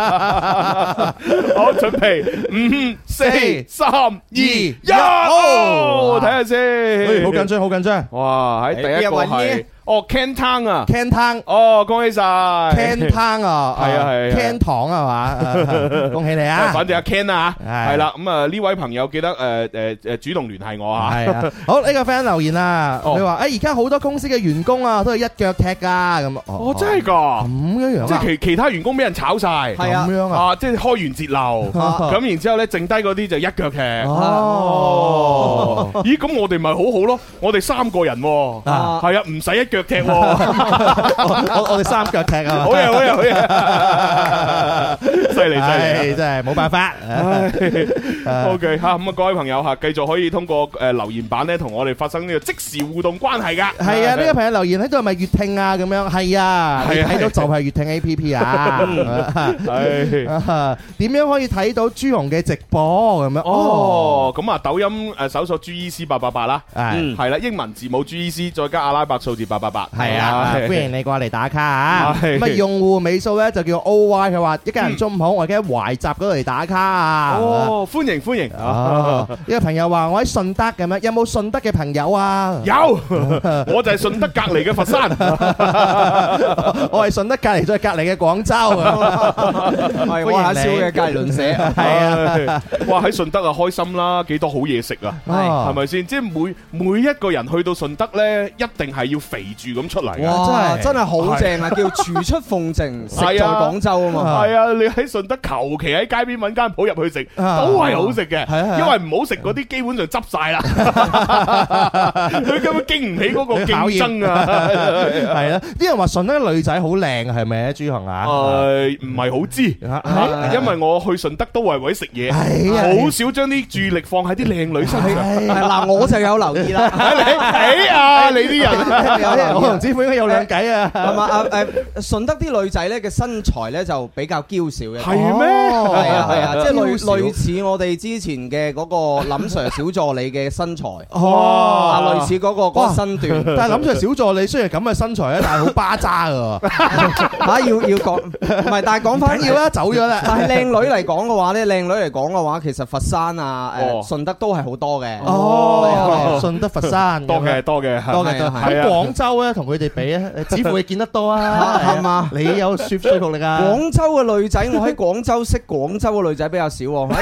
F: 好，準備五、四、三、二、一，哦睇下
G: 哎好緊
F: 先。
G: 張，好緊張。
F: 哇！喺第一個
I: 哎呀
F: 係哦，Can Tang 啊，
G: Can 湯
F: 哦，恭喜晒。
G: ，Can 湯啊，
F: 係啊係啊
G: Can 糖啊嘛，恭喜你啊！
F: 反正阿 Ken 啊，
G: 係
F: 系啦，咁啊呢位朋友記得诶诶诶主動聯繫我啊，
G: 系啊，好呢個 friend 留言啦，
F: 哦
G: 佢話：诶而家好多公司嘅員工啊，都係一腳踢噶咁。
F: 哦真係噶，
G: 咁樣樣
F: 即
G: 啊
F: 係，其其他員工俾人炒晒，
I: 係啊
G: 咁樣啊，
F: 啊即係開源節流，咁然之后咧剩低嗰啲就一腳 踢。
G: 哦，
F: 咦，咁我哋咪好好咯，我哋三個人喎，
G: 啊
F: 係啊，唔使一腳踢 喎，
G: 我我哋三腳踢啊，
F: 好嘢好嘢好 嘢，犀利犀利。
G: 唉，真係冇辦法。
F: O K 吓，咁啊各位朋友吓，繼續可以通過诶留言板咧，同我哋發生呢個即時互動關係噶。
G: 係啊，呢個朋友留言喺度係咪粵聽啊？咁樣係啊，你
F: 係啊嗯
G: 睇到就係粵聽 A P P 啊。
F: 唉
G: 啊點樣可以睇到朱紅嘅直播咁樣？
F: 哦，咁啊，抖音誒搜索 G E C 八八八啦，
G: 係
F: 係啦，英文字母 G E C 再加阿拉伯數字八八八，
G: 係啊，
F: 係
G: 歡迎你過嚟打卡啊！
F: 係
G: 咁啊，用戶尾數咧就叫 O Y，佢話一家人中午好，我而家喺懷集嗰度嚟打卡啊！
F: 哦，歡迎歡迎，
G: 哦，呢個朋友話我喺順德咁樣，有冇順德嘅朋友啊？
F: 有，我就係順德隔離嘅佛山，
G: 我係順德隔離，再隔離嘅廣啊州。
I: 係我下笑嘅隔離鄰舍，
G: 係啊，
F: 啊，哇喺順德啊開心啦，幾多好嘢食啊！ 係
G: 係
F: 咪先？即係每每一個人去到順德呢，一定係要肥住咁出嚟嘅。
I: 哇！
G: 哦真係
I: 真係好正啊，叫廚出奉承，食在
F: 係啊
I: 廣州啊嘛。
F: 係啊，你喺順德求其喺街邊揾間鋪入去食，都
G: 啊
F: 係好食嘅
G: 係啊係。啊
F: 因為唔好食嗰啲基本上執晒 啦，佢根本經唔起嗰個競爭啊！
G: 係啦，啲人話順德嘅女仔好靚，係咪啊？朱紅啊？
F: 誒，唔係好知
G: 啊
F: 啊，因為我去順德都係為食嘢，
G: 係啊
F: 好少將啲注意力放喺啲靚女身上。
G: 係啊
I: 嗱，我就有留意啦，
F: 你睇啊，你啲人
I: 有留意啊
G: 我同子富應該有兩偈 啊！
I: 係嘛？啊誒，順德啲女仔咧嘅身材咧就比較嬌小嘅。
F: 係咩？
G: 哦
I: 係啊係啊，即係類
G: 嬌小
I: 類似我哋之前嘅嗰個林 Sir 小助理嘅身材，
G: 哦
I: 啊類似嗰個嗰個身段，
G: 但係諗住小助理雖然咁嘅身材咧，但係好巴渣 噶。
I: 嚇要要講，唔係，但 係講翻
G: 緊要。啦，走咗啦。
I: 但係靚女嚟講嘅話咧，靚女嚟講嘅話，其實佛山啊、
F: 哦
I: 誒順德都係好多嘅。係啊
G: 哦，順德佛山
F: 多嘅，多嘅，
G: 多嘅
I: 係
G: 多嘅。咁
I: 啊係
F: 啊
G: 廣州州咧，同佢哋比啊，誒似乎你見得多啊，
I: 係嘛
G: 你有說說服力啊？
I: 廣州嘅女仔，我喺廣州識廣州嘅女仔比較 少喎，我喺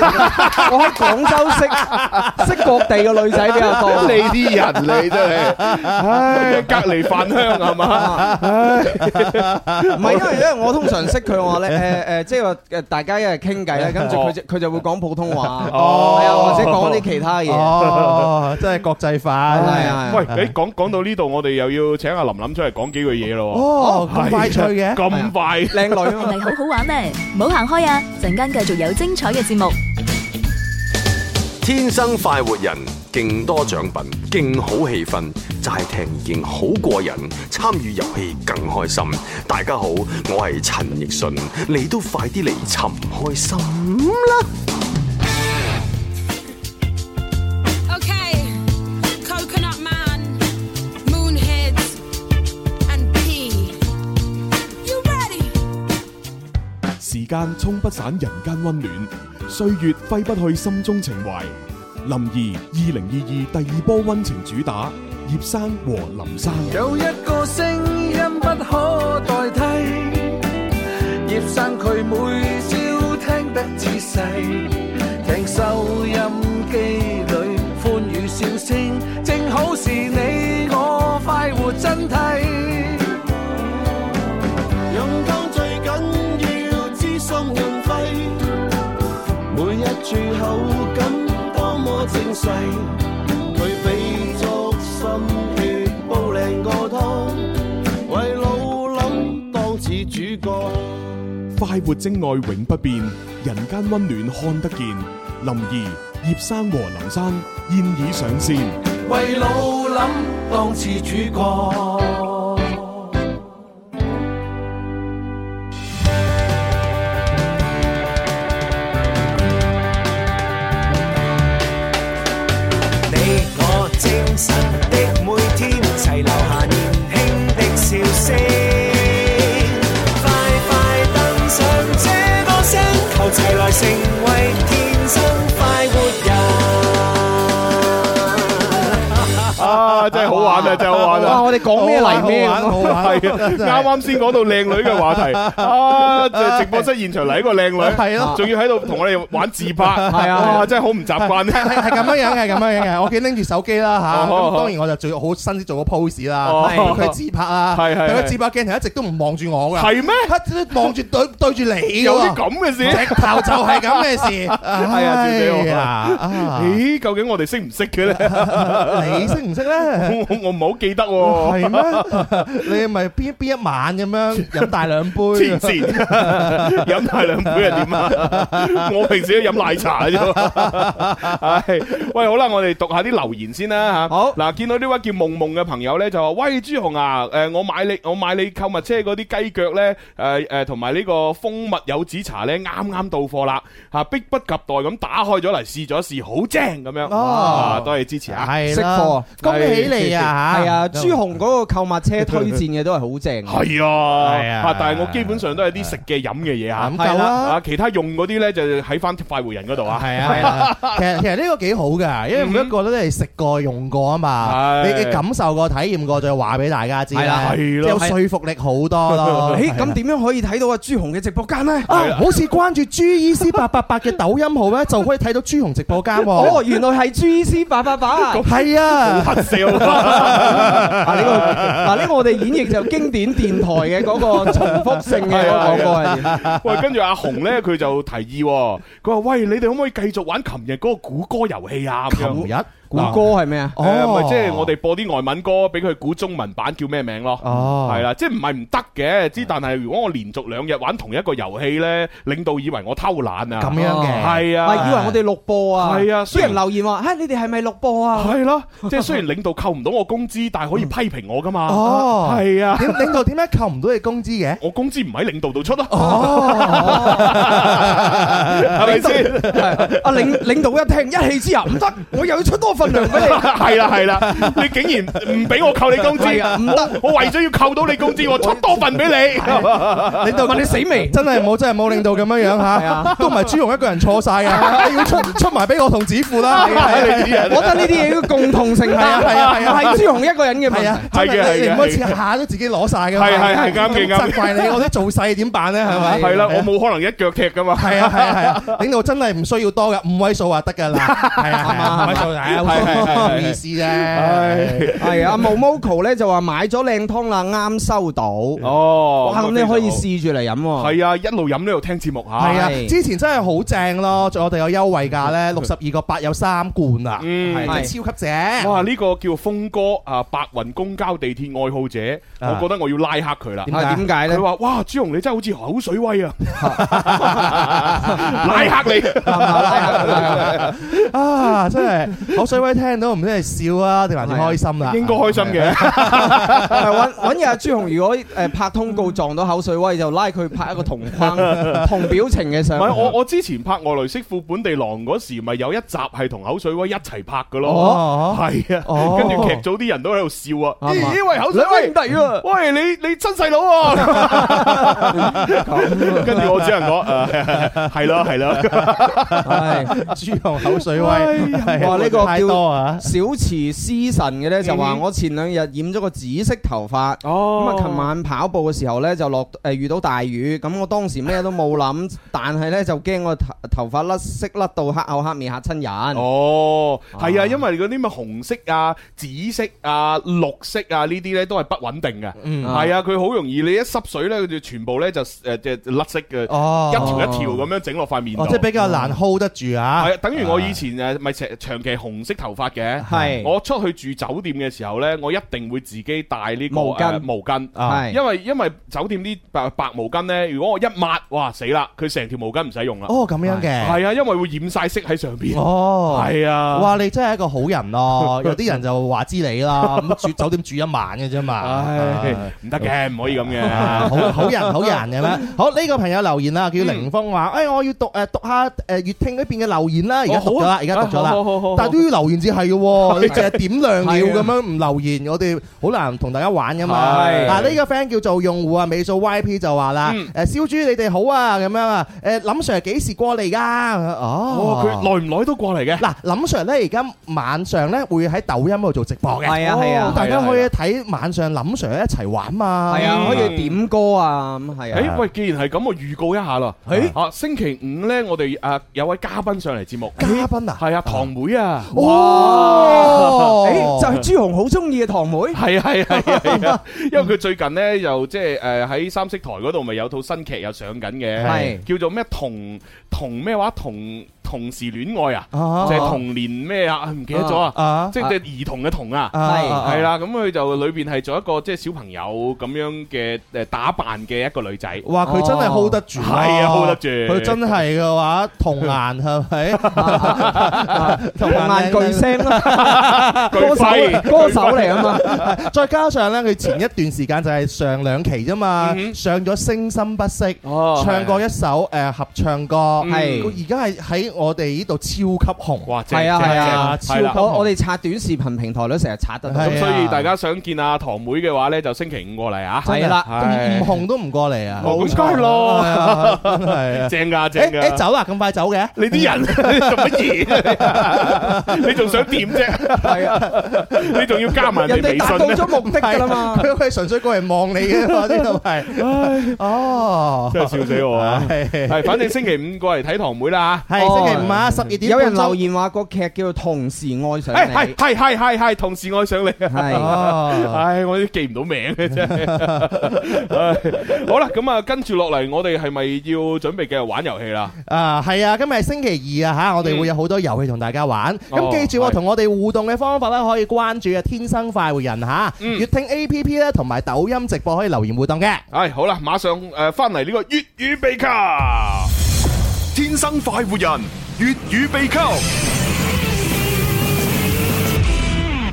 I: 我喺廣州 識識各地嘅女仔比較多。
F: 你啲人你真係，唉，隔離飯香係 嘛？
I: 唔係因為因為我通常識佢我咧 誒誒，即係話誒大家一係傾偈咧，跟住佢就佢就會講普通話，
F: 哦
I: 係啊，或者講啲其他嘢。
G: 哦，真係國際化，
I: 係啊係
F: 喂，你講講到呢度，我哋又要請阿琳琳出嚟講幾句嘢咯
G: 哦，
F: 喎。
G: 咁快脆 嘅，
F: 咁快，
I: 靚女啊嘛
K: 係咪好好玩呢？唔好行開啊！陣間繼續有精彩嘅節目。
L: 天生快活人，勁多獎品，勁好氣氛，齋聽已經好過癮，參與遊戲更開心。大家好，我係陳奕迅，你都快啲嚟尋開心啦！
M: Okay, Coconut Man, Moonheads, and P. You ready?
A: 時間沖不散人間溫暖，歲月揮不去心中情懷。林兒二零二二第二波溫情主打，葉生和林生。
B: 有一個聲音不可代替，葉生佢每朝聽得仔細，聽收音機裏歡語笑聲，正好是你我快活真諦。
C: 陽光最緊要知心潤肺，每日住口感多麼精細，佢俾足心血煲靚個湯，為老諗當似主角。
A: 快活精愛永不變，人間溫暖看得見。林兒、葉生和林生現已上線。
B: 為老諗當次主角。
D: 你我精神的每天，齊留下年輕的笑聲。快快登上這歌聲，求齊來成為天生快活人。
F: 啊，真係好玩啊，真係好玩
I: 哇！
F: 啊！
I: 我哋講咩嚟咩
G: 好玩好玩，
I: 咁？
G: 好玩
F: 係啊，啱啱先講到靚女嘅話題啊！直直播室現場嚟一個靚女，
G: 係咯
F: 仲要喺度同我哋玩自拍，係
I: 啊
F: 哇！真係好唔習慣
G: 係係係咁樣樣嘅，係咁樣樣嘅。我見拎住手機啦
F: 哦
G: 嚇，
F: 好好
G: 咁當然我就最好新先做個 pose 啦，
F: 哦
G: 佢自拍啦，
F: 係係
G: 但佢
F: 係
G: 自拍鏡頭一直都唔望住我㗎，
F: 係咩？
G: 一望住對對住你㗎
F: 有啲
G: 喎，
F: 咁嘅事？
G: 直頭就係 咁嘅事，係
F: 啊自己喎
G: 啊
F: 咦，究竟我哋識唔識嘅咧？
G: 你啊識唔 識咧？
F: 我我唔好記得喎。
G: 係咩？你咪邊邊一晚咁樣飲大兩杯？
F: 黐線，飲大兩杯又點啊？我平時都飲奶茶啫喎。係喂，好啦，我哋讀下啲留言先啦嚇。
I: 好
F: 嗱，見到呢位叫夢夢嘅朋友咧，就話：喂，朱紅啊，誒，我買你我買你購物車嗰啲雞腳咧，誒誒，同埋呢個蜂蜜柚子茶咧，啱啱到貨啦嚇，迫不及待咁打開咗嚟試咗試，好正咁樣。
G: 哦
F: 啊，多謝支持啊！
G: 係啦
I: 識貨
G: 恭喜你啊！
I: 係啊，朱紅嗰個購 物車推薦嘅都係好正。
F: 係
G: 係
F: 啊，
G: 啊
F: 啊！但係我基本上都係啲食嘅、飲嘅嘢嚇。
G: 咁夠啦
F: 啊，。其他用嗰啲咧就喺翻快活人嗰 度啊。
G: 係啊，係啊，其實其實呢個幾好㗎，因為每一個都係食過用過啊嘛，
F: 係
G: 你你感受過、體驗過，再話俾大家知
I: 係啦
G: 啦，
F: 係咯
G: 有說服力好多 咯。
I: 誒，咁點樣可以睇到阿朱紅嘅直播間呢？
F: 係啦
G: 啊，好似關注 G E C 八八八嘅抖音號咧，就可以睇到朱紅直 播間
I: 哦，
G: 喎。
I: 原來係 G C 八八八。
G: 係啊，
F: 黑 sell
I: 啊呢個嗱呢個我哋演繹就經典電台嘅嗰個重複性嘅嗰個廣告係
F: 喂，跟住阿紅咧，佢就提議喎，佢話：喂，你哋可唔可以繼續玩琴日嗰個估歌遊戲啊？咁樣
G: 琴日哦
I: 古歌係咩啊？
F: 誒咪即係我哋播啲外文歌，俾佢估中文版叫咩名咯？
G: 哦，
F: 係啦，即係唔係唔得嘅，之但係如果我連續兩日玩同一個遊戲咧，領導以為我偷懶啊！
G: 咁樣嘅，
F: 係
I: 唔係
F: 啊，
I: 以為我哋錄播啊？
F: 係啊
I: 啲人留言話：嚇你哋係咪錄播啊？
F: 係啦，即係雖然領導扣唔到我工資，但係可以批評我噶嘛？
G: 哦
F: 係啊，
G: 點領導點解扣唔到你工資嘅？
F: 我工資唔喺領導度出咯。
G: 哦，
F: 係咪先？
I: 係啊領領導一聽一氣之下唔得，我又要出多份
G: 份糧俾你。
F: 系啦系啦，你竟然唔俾我扣你工資，
G: 係啊唔得
F: 我我為咗要扣到你工資，我出多份俾你。
G: 領導 真係冇真係冇領導咁樣樣
F: 係
G: 嚇
F: 啊，
G: 都唔係朱容一個人錯晒嘅， 你要出出埋俾我同子父啦。
I: 係啊係啊係啊我覺得呢啲嘢要共同承擔
G: 係啊係啊係啊，
I: 唔係朱紅一個人嘅問題
G: 係啊，
F: 係嘅
G: 真
F: 係嘅
G: 你唔可以
F: 係嘅
G: 下下都自己攞晒㗎嘛。
F: 係係係啱嘅啱嘅
G: 責怪你，我覺得做細點辦咧係咪？
F: 係啦，
G: 係
F: 我
G: 啊
F: 冇可能一腳踢噶嘛。
G: 係啊係啊係啊，領導真係唔需要多噶，五位數啊得 㗎啦，係啊係啊，五位數係啊，
I: 係係係
G: 好
I: 係
G: 意思啫。
I: 係啊，毛 Moco 咧就話買咗靚湯啦，啱收到。
F: 哦
I: 哇，咁你可以試住嚟飲喎。
F: 係啊，一路飲呢度聽節目吓。
G: 係啊，之前真係好正咯，仲有我哋有優惠價咧，六十二個八有三罐啊，
F: 嗯係
G: 係超級正。
F: 哇！呢個叫峰哥啊，白雲公交地鐵愛好者，
G: 啊
F: 我覺得我要拉黑佢啦。
I: 點解啊點解呢
F: 佢話：哇，朱紅你真係好似口水 威啊！拉黑你，
G: 啊，真係口水威聽到唔知係笑啊，定還是開心啦？
F: 應該開心嘅。
I: 揾揾日阿朱紅，如果誒拍通告撞到口水威，就拉佢拍一個同 框同表情嘅
F: 唔
I: 相。
F: 係我我之前拍《外來媳婦本地郎》嗰時，咪有一集係同口水威一齊拍嘅
G: 哦
F: 咯。係
G: 哦
F: 啊，跟住劇組啲人都喺度笑啊！
I: 啱啊
F: 咦，喂，口水
I: 兩位
F: 威
I: 唔抵啊
F: 喂，你你真細佬啊！
G: 啊
F: 跟住我只能講誒， 係咯係 咯。
I: 係
G: 豬紅口水威，
F: 哎
G: 係
I: 哇！呢個
G: 太
I: 叫
G: 多啊！
I: 小池思神嘅咧，就話
F: 嗯
I: 我前兩日染咗個紫色頭髮，咁
F: 哦
I: 啊，琴晚跑步嘅時候咧就落誒遇到大雨，咁我當時咩都冇 諗，但係咧就驚我頭頭髮甩色甩到黑口黑面嚇親人。
F: 哦，係
I: 啊
F: 啊，因為嗰啲咩紅色啊、紫色啊、綠色啊呢啲咧都係不穩定嘅，
G: 嗯
F: 係啊，佢好容易你一濕水咧，佢就全部咧就誒即係甩色嘅，
G: 哦
F: 一條一條咁樣整落塊面度
G: 哦，即係。比較難 hold 得住啊！
F: 係啊，等於我以前誒咪長長期紅色頭髮嘅，
I: 係
F: 我出去住酒店嘅時候呢，我一定會自己帶呢個
I: 毛巾
F: 誒毛巾，
I: 係
F: 因為因為酒店啲白白毛巾呢，如果我一抹，哇死啦，佢成條毛巾唔使用啦，
G: 哦咁樣嘅。
F: 係啊，因為會染晒色喺上邊，
G: 哦，
F: 係啊，
G: 哇！你真係一個好 人咯，有啲人就話知你啦，咁住酒店住一晚嘅啫嘛，
F: 唉，唔得嘅，唔可以咁
G: 啊
F: 嘅。
G: 好好人好人嘅咩？好呢個朋友留言啦，
F: 嗯
G: 叫凌峰話：，誒我要讀誒讀下誒粵聽嗰邊嘅留言啦，而家讀咗啦，而家讀咗
F: 哦啊好好好好，
G: 啦但係都要留言至係嘅喎，你淨係點亮了咁樣唔留言，我哋好難同大家玩噶嘛。
F: 係
G: 嗱呢個 friend 叫做用戶啊，尾數 YP 就話啦：，誒燒豬你哋好啊，咁樣啊，誒林 Sir 幾時過嚟㗎？
F: 哦，
G: 哦，
F: 佢耐唔耐都過嚟嘅。
G: 嗱，林 Sir 咧而家晚上咧會喺抖音嗰度做直播嘅，
I: 係啊
G: 哦
I: 係啊
G: 大家
F: 係啊
G: 可以睇晚上林 Sir 一齊玩嘛，
I: 係啊，可以點歌啊，咁係啊。
F: 誒，喂，既然係咁，我預告一下啦。
G: 誒
F: 啊，星期五咧，我哋啊有位嘉賓上嚟節目，
G: 嘉賓啊，
F: 係啊，堂妹啊，
G: 哦，
I: 誒就係朱紅好中意嘅 堂妹。
F: 係啊係啊係啊係啊，因為佢最近咧又即係誒喺三色台嗰度咪有套新劇又上緊嘅
I: 係，
F: 叫做咩同同咩話同同時戀愛啊，
G: 啊
F: 就係童年咩啊，唔記得咗啊，
G: 啊
F: 即係即係兒童嘅童啊。
I: 係
F: 系啦，咁佢就裏边係做一個即係小朋友咁樣嘅诶打扮嘅一個女仔。
G: 哇！佢真係 hold 得住，
F: 係啊，hold 得住
G: 佢真係嘅話，童顏係 咪？
I: 童顏巨聲啦，歌
F: 巨
I: 手
F: 肺
I: 歌手嚟啊嘛，
G: 再加上咧，佢前一段時間就係上兩期啫嘛，
F: 嗯哼
G: 上咗《聲生不息》，
F: 哦
G: 唱過一首誒合唱歌，
I: 係
G: 佢而家係喺我哋呢度超級紅。
F: 哇， 正
I: 係啊
F: 正
I: 係啊，
F: 正係啦
I: 超我我哋刷短視頻平台都成日刷得到。
G: 係啊
F: 咁所以大家想見阿堂妹嘅話呢，就星期五過嚟啊。
I: 係啦，
F: 係
G: 唔紅都唔過嚟啊！
F: 冇咁梗係咯
G: 係啊係啊！
F: 正㗎正
G: 誒誒，
F: 㗎。
G: 走啦，咁 快走嘅？
F: 你啲人你做乜嘢？你仲想點啫？
I: 係啊。
F: 你仲要加埋
I: 人
F: 人哋
I: 哋
F: 微
I: 達
F: 信
I: 到
F: 咧？
I: 咗目的㗎 啦嘛。
G: 佢佢純粹過嚟望你嘅嘛，呢度係。哦，
F: 真係笑死我
G: À,
F: 啊！
G: 係
F: 係，反正星期五過嚟睇堂妹啦
G: 係星期五啊，十二點。
I: 有人留。言話個劇叫做《同時愛上
F: 吓。誒係
I: 你》，
F: 係係係係，同事愛上你啊！
I: 係
G: 哦，
F: 唉，我都記唔到名嘅真係。唉好啦，咁啊，跟住落嚟，我哋係咪要準備繼續玩遊戲啦？
G: 啊，係啊，今日係星期二啊嚇，我哋會有好多遊戲同大家玩。咁
F: 哦
G: 記住喎，
F: 係
G: 同我哋互動嘅方法咧，可以關注啊天生快活人嚇，
F: 嗯
G: 粵聽 A P P 咧同埋抖音直播可以留言互動嘅。
F: 唉，好啦，馬上誒翻嚟呢個粵語秘笈。
E: 天生快活人，粵語秘笈。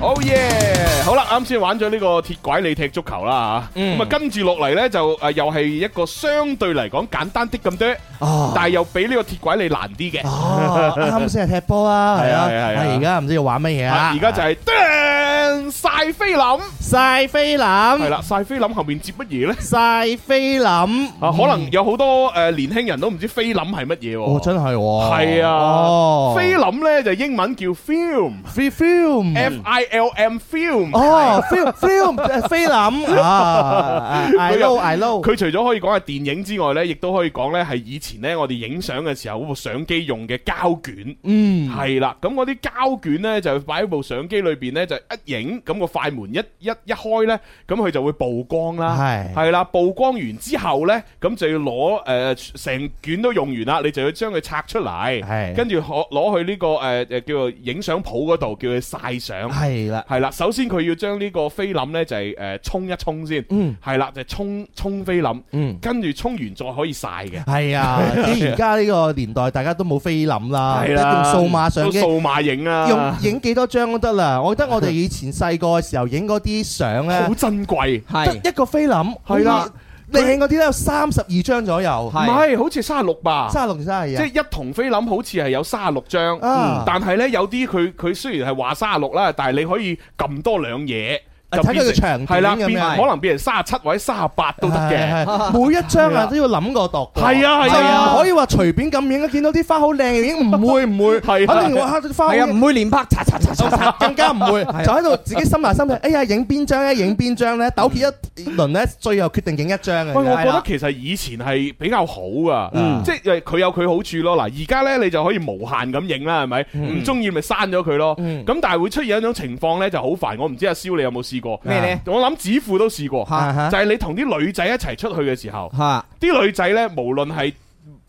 F: 好嘢！好啦，啱先玩咗呢個鐵拐你踢足球啦吓，咁啊跟住落嚟呢，就诶又係一個相對嚟講簡單啲咁多，但係又比呢個鐵拐你難啲嘅。
G: 哦，啱先係踢波啦，係 啊，
F: 係啊係啊
G: 啊而家唔知要玩乜嘢
F: 啊
G: 啊
F: 而？家就係叮晒菲林，
G: 晒菲林，係
F: 啦，晒菲林後面接乜嘢呢？
G: 晒菲林，
F: 啊，
G: 啊
F: 可能有好多诶年輕人都唔知菲林係乜嘢喎。
G: 哦，真係喎，
F: 係啊
G: 哦，，
F: 菲林呢就英文叫 film，free
G: film，F
F: I L M film。
G: 哦，film film 菲林啊，I
F: 佢
G: know
F: 又
G: I know，
F: 佢除咗可以講係電影之外呢，亦都可以講呢係以前呢，我哋影相嘅時候嗰部相機用嘅膠卷。
G: 嗯，
F: 係啦，咁嗰啲膠卷呢，就擺喺部相機裏邊呢，就一影，咁個快門一一一開呢，咁佢就會曝光啦。
G: 係
F: 係啦，曝光完之後呢，咁就要攞誒成卷都用完啦，你就要將佢拆出嚟，
G: 係
F: 跟住可攞去呢、個誒誒、呃叫做影相鋪嗰度，叫佢晒相。
G: 係啦，
F: 係啦，首先佢要將呢個菲林呢，就係誒沖一沖先，
G: 嗯
F: 係啦，就沖沖菲林，
G: 嗯
F: 跟住沖完再可以晒嘅，
G: 係啊，啲而家呢個年代大家都冇菲林啦，
F: 係
G: 用
F: 啦，
G: 數碼相機
F: 都。數碼影
G: 用
F: 啊，
G: 影幾多張都得啦，我覺得我哋以前細個嘅時候影嗰啲相咧，
F: 好珍貴，
G: 得一個菲林，係
F: 啦，
G: 靚嗰啲咧有三十二張左右，
F: 唔係好似三十六吧，
G: 啊三十六三十
F: 即
G: 二
F: 係
G: 啊，
F: 一筒菲林好似係有三十六張，
G: 啊
F: 嗯但係呢，有啲佢佢雖然係話三十六啦，但係你可以撳多兩嘢，
G: 啊
F: 就
G: 睇佢
F: 變
G: 嘅
F: 成
G: 長短
F: 係啦，
G: 咁啊
F: 變
G: 樣
F: 可能變成三十七或者三十八都得
G: 係
F: 嘅。
G: 係每一張
F: 係啊
G: 啊都要諗過度，
F: 係啊係啊
G: 即係唔可以話隨便咁影，見到啲花好靚已經唔會唔會，
F: 係啊
G: 肯定話啊花好
I: 係啊，唔會連拍，擦擦擦擦擦。
G: 更加唔 會，就
I: 係啊
G: 喺度自己心埋心睇，哎呀影邊張咧，影邊張咧，糾結一輪咧，最後決定影一張嘅。
F: 喂，
I: 啊
F: 我覺
G: 係
F: 得
G: 啦
F: 其實以前係比較好噶，
G: 嗯
F: 即係呃佢有佢好處咯。嗱，而家呢，你就可以無限咁影啦，係咪？
I: 嗯
F: 唔中意咪刪咗佢咯。
G: 嗯
F: 咁但係會出現一種情況呢，就好煩。我唔知阿蕭你有冇試過？
I: 咩呢
F: 我諗指父都試過，
I: 嚇
G: 嚇
F: 就係你同啲女仔一齊出去嘅時候。
I: 嚇
F: 啲女仔呢，無論係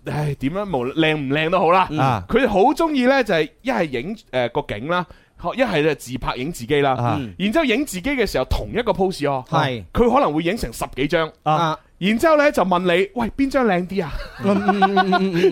F: 唉點樣，無論靚唔靚都好
I: 嗯
F: 啦，
G: 啊
F: 佢哋好中意呢，就係一係影誒個景啦。一係就自拍影自己啦
G: 啊，
F: 然之後影自己嘅時候同一個 pose 哦，
I: 係
F: 佢可能會影成十幾張，
I: 啊！
F: 然之後呢，就問你，喂邊張靚啲啊？
G: 嗯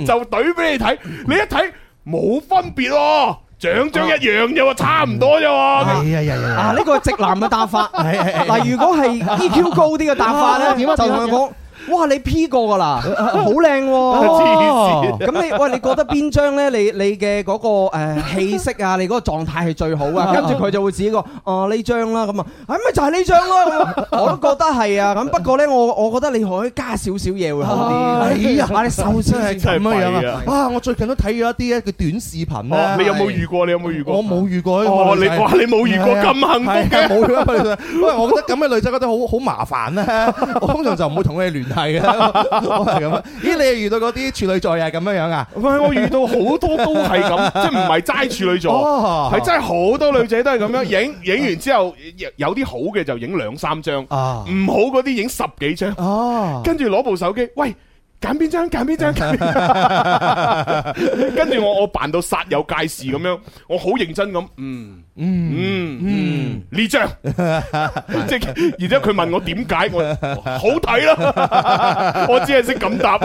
F: 就懟俾你睇，你一睇冇分別喎，獎章一樣啫喎，差唔多啫喎。
G: 哎呀呀呀哎
I: 啊！
G: 呀，
I: 呢個係直男嘅答 法。
G: 係係
F: 啊
G: 係
I: 嗱，如果係 EQ 高啲嘅答法
G: 啊
I: 咧，
G: 點
I: 就
G: 啊
I: 同佢講：哇，你 P 過 㗎啦，好靚喎！
F: 黐線
I: 咁你喂，你覺得邊張咧？你你嘅嗰個誒氣息啊，你嗰個狀態係最好啊。跟住佢就會指個哦呢張啦咁啊，係咪就係呢 張咯？咁我都覺得係啊。咁不過咧，我我覺得你可以加少少嘢會好啲。
G: 哎呀，啊你瘦真係咁樣
F: 真係弊
G: 樣
F: 啊
G: 啊！哇，我最近都睇咗一啲咧佢短視
F: 哦
G: 頻
F: 你
G: 咧。
F: 有冇遇過？你有冇遇過？
G: 嗯我冇遇過呢個
F: 哦，
G: 女
F: 你
G: 仔
F: 哇你冇遇過咁幸福
G: 係啊冇遇過呢個女仔因為我覺得咁嘅女仔覺得好好麻煩咧， 我通常就唔會同佢哋聯繫嘅，我係咁啊。 咦，你係遇到嗰啲處女座又係咁樣樣啊？
F: 唔係，我遇到好多都係咁，即係唔係齋處女座，
G: 哦
F: 係真係好多女仔都係咁樣影影完之後，有有啲好嘅就影兩三張，唔
G: 啊
F: 好嗰啲影十幾張，
G: 哦，
F: 跟住攞部手機，喂。揀邊張？揀邊張？揀邊張跟住我，我扮到煞有介事咁樣，我好認真咁，嗯嗯嗯呢張，即係然之後佢問我點解，我好睇啦，我只係識咁答。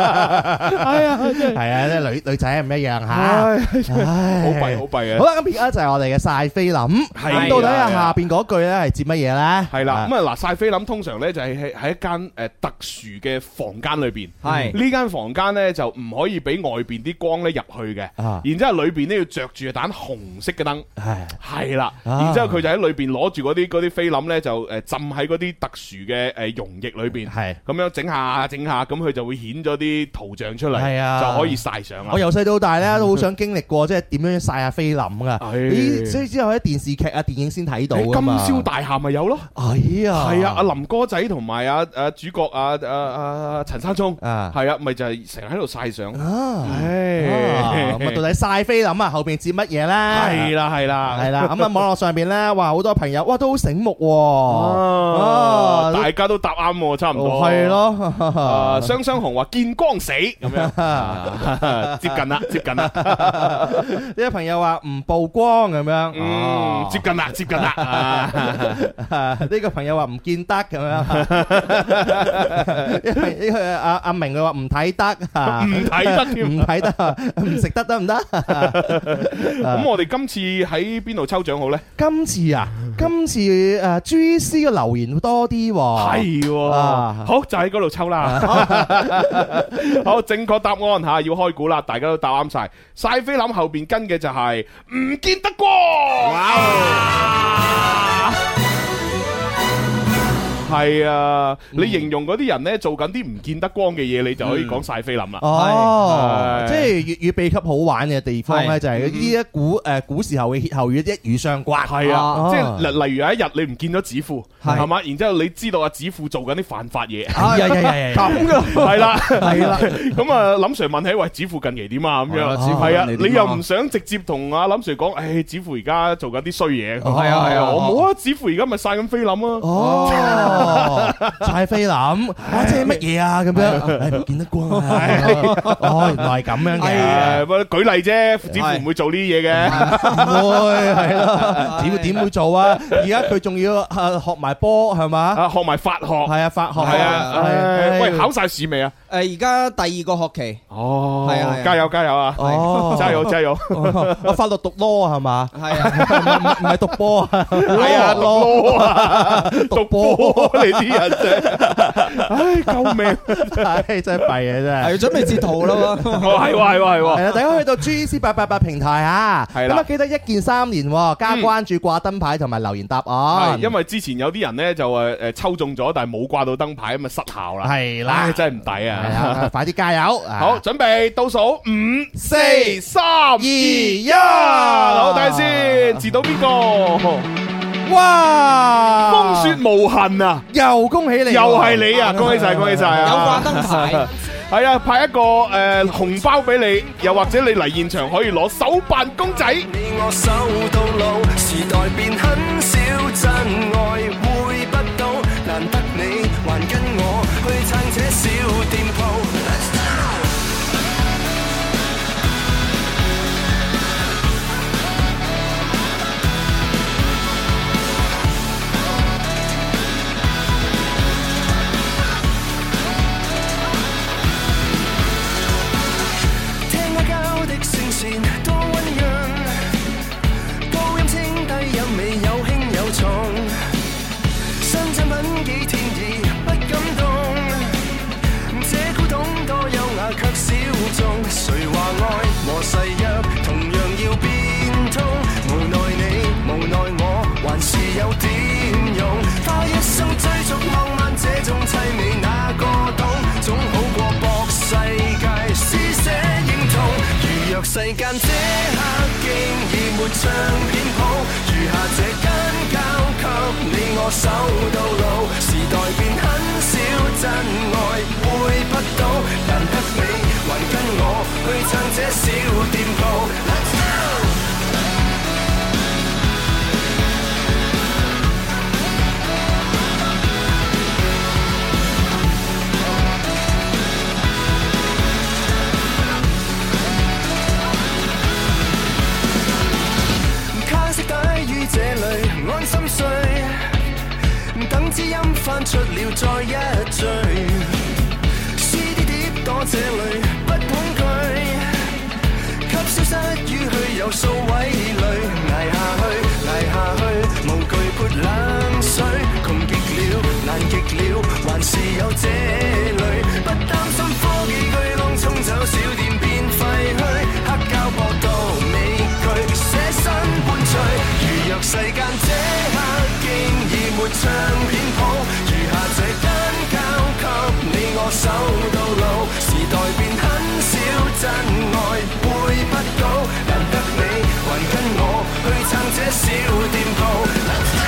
F: 哎呀，真係
G: 係啊，啲女女仔唔一樣嚇。
F: 唉
G: 唉
F: 好弊好弊啊
G: 好！啦，咁而家就係我哋嘅晒菲林。咁到底啊下邊嗰句咧係接乜嘢咧？
F: 系啦，咁啊嗱，晒菲林通常咧就係喺喺一間诶特殊嘅房間裏边，
I: 係
F: 呢間房間咧就唔可以俾外邊啲光咧入去嘅，
G: 啊
F: 然之后裏边咧要着住盞紅色嘅燈，
G: 係
F: 係啦，
G: 啊
F: 然之后佢就喺裏边攞住嗰啲嗰啲菲林咧就诶浸喺嗰啲特殊嘅诶溶液裏边，
G: 係
F: 咁樣整下整下，咁佢就會顯咗啲圖像出嚟，
G: 係啊
F: 就可以晒相啦
G: 我。由細到大咧都好想經歷過，即係點樣晒下菲林噶。
F: 係
G: 咦，所以之後喺電視劇啊、電影先睇到
F: 誒
G: 㗎嘛
F: 金宵大廈咪有咯，
G: 哎呀，
F: 係啊，阿林哥仔同埋阿阿主角阿阿阿陳山聰，
G: 啊
F: 係啊，咪就係成日喺度晒相。
G: 啊。
F: 唉
G: 啊咁 啊，到底晒菲林啊，後邊接乜嘢咧？
F: 係啦係啦
G: 係啦，咁啊，網絡上邊咧，哇，好多朋友哇都好醒目喎，
F: 哦
G: 啊，
F: 大家都答啱喎，差唔多
G: 哦係。
F: 啊，
G: 咯，
F: 雙雙紅話見光死咁樣， 啊接近啦，接近啦，
G: 呢位朋友話唔曝光咁樣，
F: 嗯
G: 哦，
F: 接近啦，接近啦，啊
G: 啊呢個朋友話唔見得咁樣，呢個呢個阿阿阿明佢話唔睇得， 唔
F: 睇得添
G: 唔睇得，唔食得得唔得？
F: 咁我哋今次喺邊度抽獎好呢？
G: 今次啊，今次呃誒 G C 嘅留言多啲喎，
F: 係喎，
G: 啊
F: 好就喺嗰度 抽啦。好，正確答案吓要開估啦，大家都答啱晒。晒菲林後邊跟嘅就係唔見得光。係啊，你形容嗰啲人呢，做緊啲唔見得光嘅嘢，你就可以講晒菲林啦。
G: 哦，
F: 係
G: 即係粵語秘笈好玩嘅地方咧，
F: 係
G: 就係呢一股誒古時候嘅歇後語一語相關。
F: 係啊，即係
G: 哦
F: 例例如有一日你唔見咗子富，係嘛？然之後你知道阿子富做緊啲犯法 嘢，
G: 哎呀呀呀呀
F: 咁㗎係啦，
G: 係啦。
F: 咁啊，林 Sir 問起喂，子富近期點啊？咁
G: 係
F: 樣
G: 啊子富
F: 係啊，
G: 近期點啊
F: 你又唔想直接同阿林 Sir 講，誒，子富而家做緊啲衰嘢。
G: 哦係啊係啊
F: 我冇啊，子富而家咪晒緊菲林啊。
G: 哦，晒菲林，啊，即係乜嘢啊？咁樣，唉唔見得光 啊！哦，原來係咁樣嘅，
F: 誒，舉例啫，子富唔會做呢啲嘢嘅。
G: 唔會係咯，點點會做啊？而家佢仲要啊學埋波係嘛？
F: 啊，學埋法學，
G: 係啊，法學
F: 係啊，唉喂，考晒試未啊？
I: 誒而家第二個學期，
F: 哦
I: 係啊係啊
F: 加油加油啊！
G: 哦，
F: 加油加油！
G: 我法律讀 law 係嘛？
I: 係啊，
G: 唔係讀波啊，
F: 係啊，讀 law 啊，
G: 讀
F: 波你啲人啫， 唉，救命！
G: 唉，真係弊啊，真係。
I: 係準備截圖啦嘛。
F: 哦，係喎係喎係喎
G: 係啦，大家去 到 G C 八八八平台嚇，
F: 係啦
G: 咁啊記得一鍵三連喎，加關注、掛燈牌同埋留言答
F: 係，。
G: 案
F: 因為之前有啲人咧就誒誒抽中咗，但係冇掛到燈牌，咁咪失效啦。
G: 係啦
F: 唉真係唔抵
G: 係啊
F: 啊！
G: 快啲加油！
F: 好，準備倒數五、四、三、二、一，好睇下先，截到邊個？
G: 哇！
F: 風雪無痕啊！
G: 又恭喜你，
F: 又係你啊！恭喜晒，恭喜晒啊！有掛燈牌。 係啊，派一個誒、呃、紅包俾你，又或者你嚟現場可以攞手辦公仔。
L: 你我守到老，時代變很少，真愛會不到，難得你還跟我去撐這小店鋪。Let's go！聽我教的聲線多溫潤，高音清低音尾有輕有重，新產品幾天意不感動，這古董多優雅卻小眾，誰話愛和誓約同樣要變通？無奈你無奈我還是有點勇，花一生追逐浪漫這種凄美哪個懂？總好過博世界施捨認同。如若世間這刻竟已沒唱片鋪，餘下這間交給你我守到老。時代變很少，真愛會不到，難得你還跟我去撐這小店鋪。Let's go！卡式帶於這裏安心睡，等知音翻出了再一聚。CD 碟躲這裏不恐懼，給消失於去有數位裏，捱下去捱下去，無懼潑冷水，窮極了難極了，還是有這類，不擔心科技巨浪沖走小店變廢墟，黑膠播到尾。句捨身伴隨。如若世間這刻竟已沒唱片鋪，餘下這間交給你我守到老。時代變很少，真愛會不到，難得你還跟我去撐這小店鋪。Let's go！
F: 哇！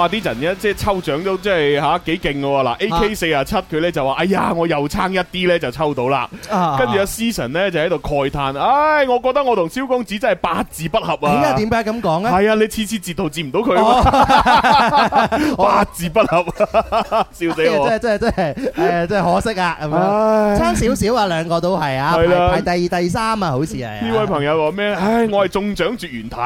F: 哇！啲人一即係抽獎都即係吓幾勁嘅喎。嗱，A K 四啊七佢咧就話：哎呀，我又撐一啲咧就抽到啦。
G: 啊
F: 跟住阿 Season 咧就喺度慨嘆：唉，我覺得我同蕭公子真係八字不合啊！
G: 點解點解咁講咧？
F: 係啊，你次次截圖截唔到佢啊嘛，八字不合， 笑 死我！
G: 真係真係真係誒，真係可惜啊！咁
F: 唉
G: 樣差少少啊，兩個都係啊，
F: 係啦
G: 排排第二、第三啊，好似係啊。
F: 呢位朋友話咩？唉，我係中獎絕緣體。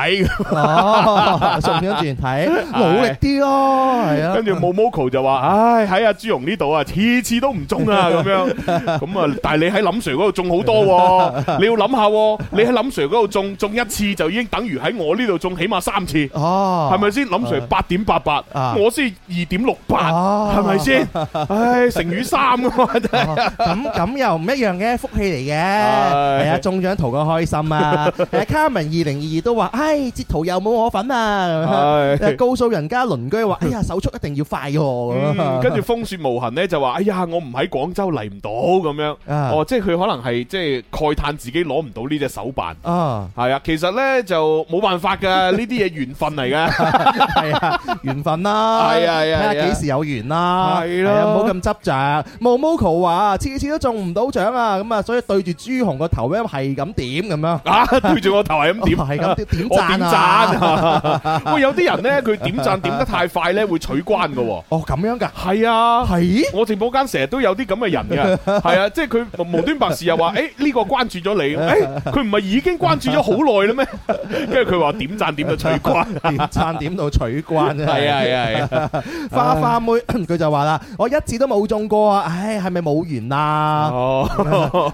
G: 哦中獎絕 緣體努力啲咯係啊
F: 跟住 Momoko 就話：唉，喺阿朱容呢度啊，次次都唔中 啊，咁樣。咁啊，但係你喺林 Sir 嗰度中好多 喎。你要諗下喎，你喺林 Sir 嗰度中中一次就已經等於喺我呢度中起碼三次。
G: 哦，
F: 係咪先？林 Sir 八點八八，
G: 啊
F: 我先二點六八，係咪 先？唉，成語三啊嘛，真係。
G: 咁咁又唔一樣嘅，福氣嚟嘅，
F: 係
G: 係啊，中獎圖個開 心啊！誒，Carmen 二零二二都話：，唉，截圖又冇我份啊！
F: 係
G: 告訴人家鄰居話：，哎呀，手速一定要快喎！咁
F: 嗯
G: 啊
F: 跟住風雪無痕咧就話：哎呀，我唔喺廣州嚟唔到咁樣。
G: 啊
F: 哦，即係佢可能係即係慨嘆自己攞唔到呢隻手辦。
G: 啊，
F: 係啊，其實咧就冇辦法 噶，呢啲嘢緣分嚟噶。
G: 係啊，緣分
F: 係
G: 啦，
F: 啊係啊
G: 睇
F: 係
G: 下
F: 啊
G: 幾時有緣啦，
F: 係咯
G: 係啊唔好咁執着。毛 Moco 話：，次次都中唔到獎啊！咁啊，所以對住朱紅個頭咧係咁點咁樣哦
F: 啊，對住我頭係咁點，
G: 係咁點點
F: 我
G: 贊
F: 點
G: 啊
F: 贊啊！喂， 有啲人咧，佢點贊點得太快咧，會取關噶喎。
G: 哦，咁樣㗎，
F: 係啊，
G: 係
F: 我直播間成日都有啲咁嘅人 嘅，係啊，即係佢無端白事又話，誒呢個關注咗你，誒佢唔係已經關注咗好耐啦咩？跟住佢話點贊點到取關，
G: 點贊點到取關 真
F: 係啊係啊係啊，
G: 花花妹 佢就話啦：，我一次都冇中過啊！唉，係咪冇緣啊？
F: 哦，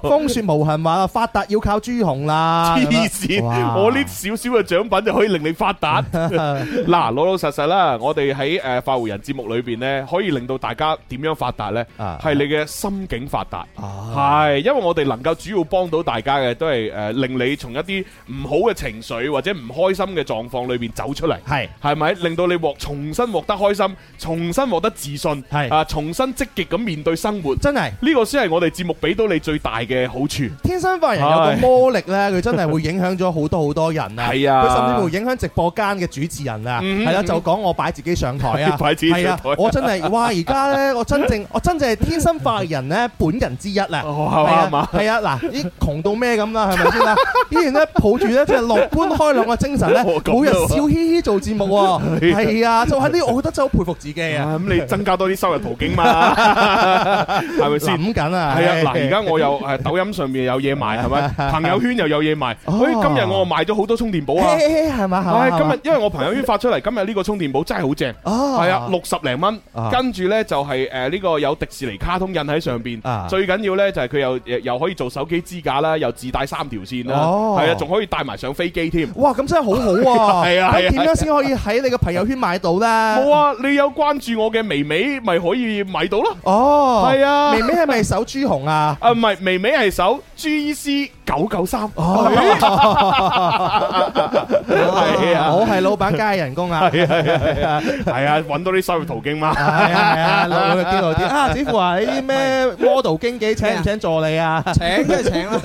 G: 風雪無痕話發達要靠朱紅啦！
F: 黐線，
G: 啊哇
F: 我呢少少嘅獎品就可以令你發 達。嗱，老老實實啦，我哋喺誒發湖人節目裏邊呢，可以令到大家點樣發達呢？
G: 啊
F: 係你嘅心境發達，係因為我哋能夠主要幫到大家嘅都係誒令你從一啲唔好嘅情緒或者唔開心嘅狀況裏邊走出嚟，
G: 係
F: 係咪令到你獲重新獲得開心，重新獲得自信，
G: 係
F: 啊，重新積極咁面對生活，
G: 真係
F: 呢個先係我哋節目俾到你最大嘅好處。
G: 天生發人有個魔力咧，佢真係會影響咗好多好多人啊！
F: 係啊
G: 佢甚至乎影響直播間嘅主持人啊！
F: 嗯
G: 係啦，就講我擺自己上台啊，
F: 擺自己上台
G: 係啊我真係哇！而家咧，我真正我真正係天生發人咧本人之一啦，
F: 哦係嘛係
G: 係
F: 嘛
G: 啊，係啊！嗱，啲窮到咩咁啦，係咪先 啦？依然咧抱住咧即係樂觀開朗嘅精神咧，
F: 哦咁啊
G: 每日笑嘻嘻做節目喎，
F: 係啊
G: 係啊！就喺呢，我覺得真係好佩服自己啊！
F: 咁你增加多啲收入途徑嘛，係咪先？
G: 諗緊啊
F: 係啊，嗱，而家我又誒抖音上面有嘢賣， 係咪？朋友圈又有嘢賣。
G: 哦
F: 喂，今日我賣咗好多充電寶啊！
G: 嘿係嘛係嘛
F: 唉
G: 係
F: 今
G: 嘛
F: 日因為我朋友圈發出嚟，今日呢個充電寶真係好正，
G: 哦
F: 係啊，六十零蚊
G: 啊，
F: 跟住呢就係誒呢個有迪士尼卡通印喺上邊，
G: 啊
F: 最緊要呢就係佢又又可以做手機支架啦，又自帶三條線啦，
G: 哦
F: 係啊，仲可以帶埋上飛機添。
G: 哇，咁真係好好 啊！
F: 係啊係啊
G: 咁點樣先可以喺你嘅朋友圈買到咧？冇
F: 冇！啊，你有關注我嘅微微，咪可以買到咯。
G: 哦，
F: 係啊
G: 微微係咪手朱紅啊？
F: 啊，唔係，微微係手 G E C 九九三，
G: 哦
F: 啊係啊，
G: 我係老闆加人工啊！
F: 係啊，係啊，係啊，揾到啲收入途徑嘛，
G: 係啊係啊，努力啲努力啲啊！似乎話呢啲咩 model 經紀請唔請助理啊？
I: 請梗係請 啦！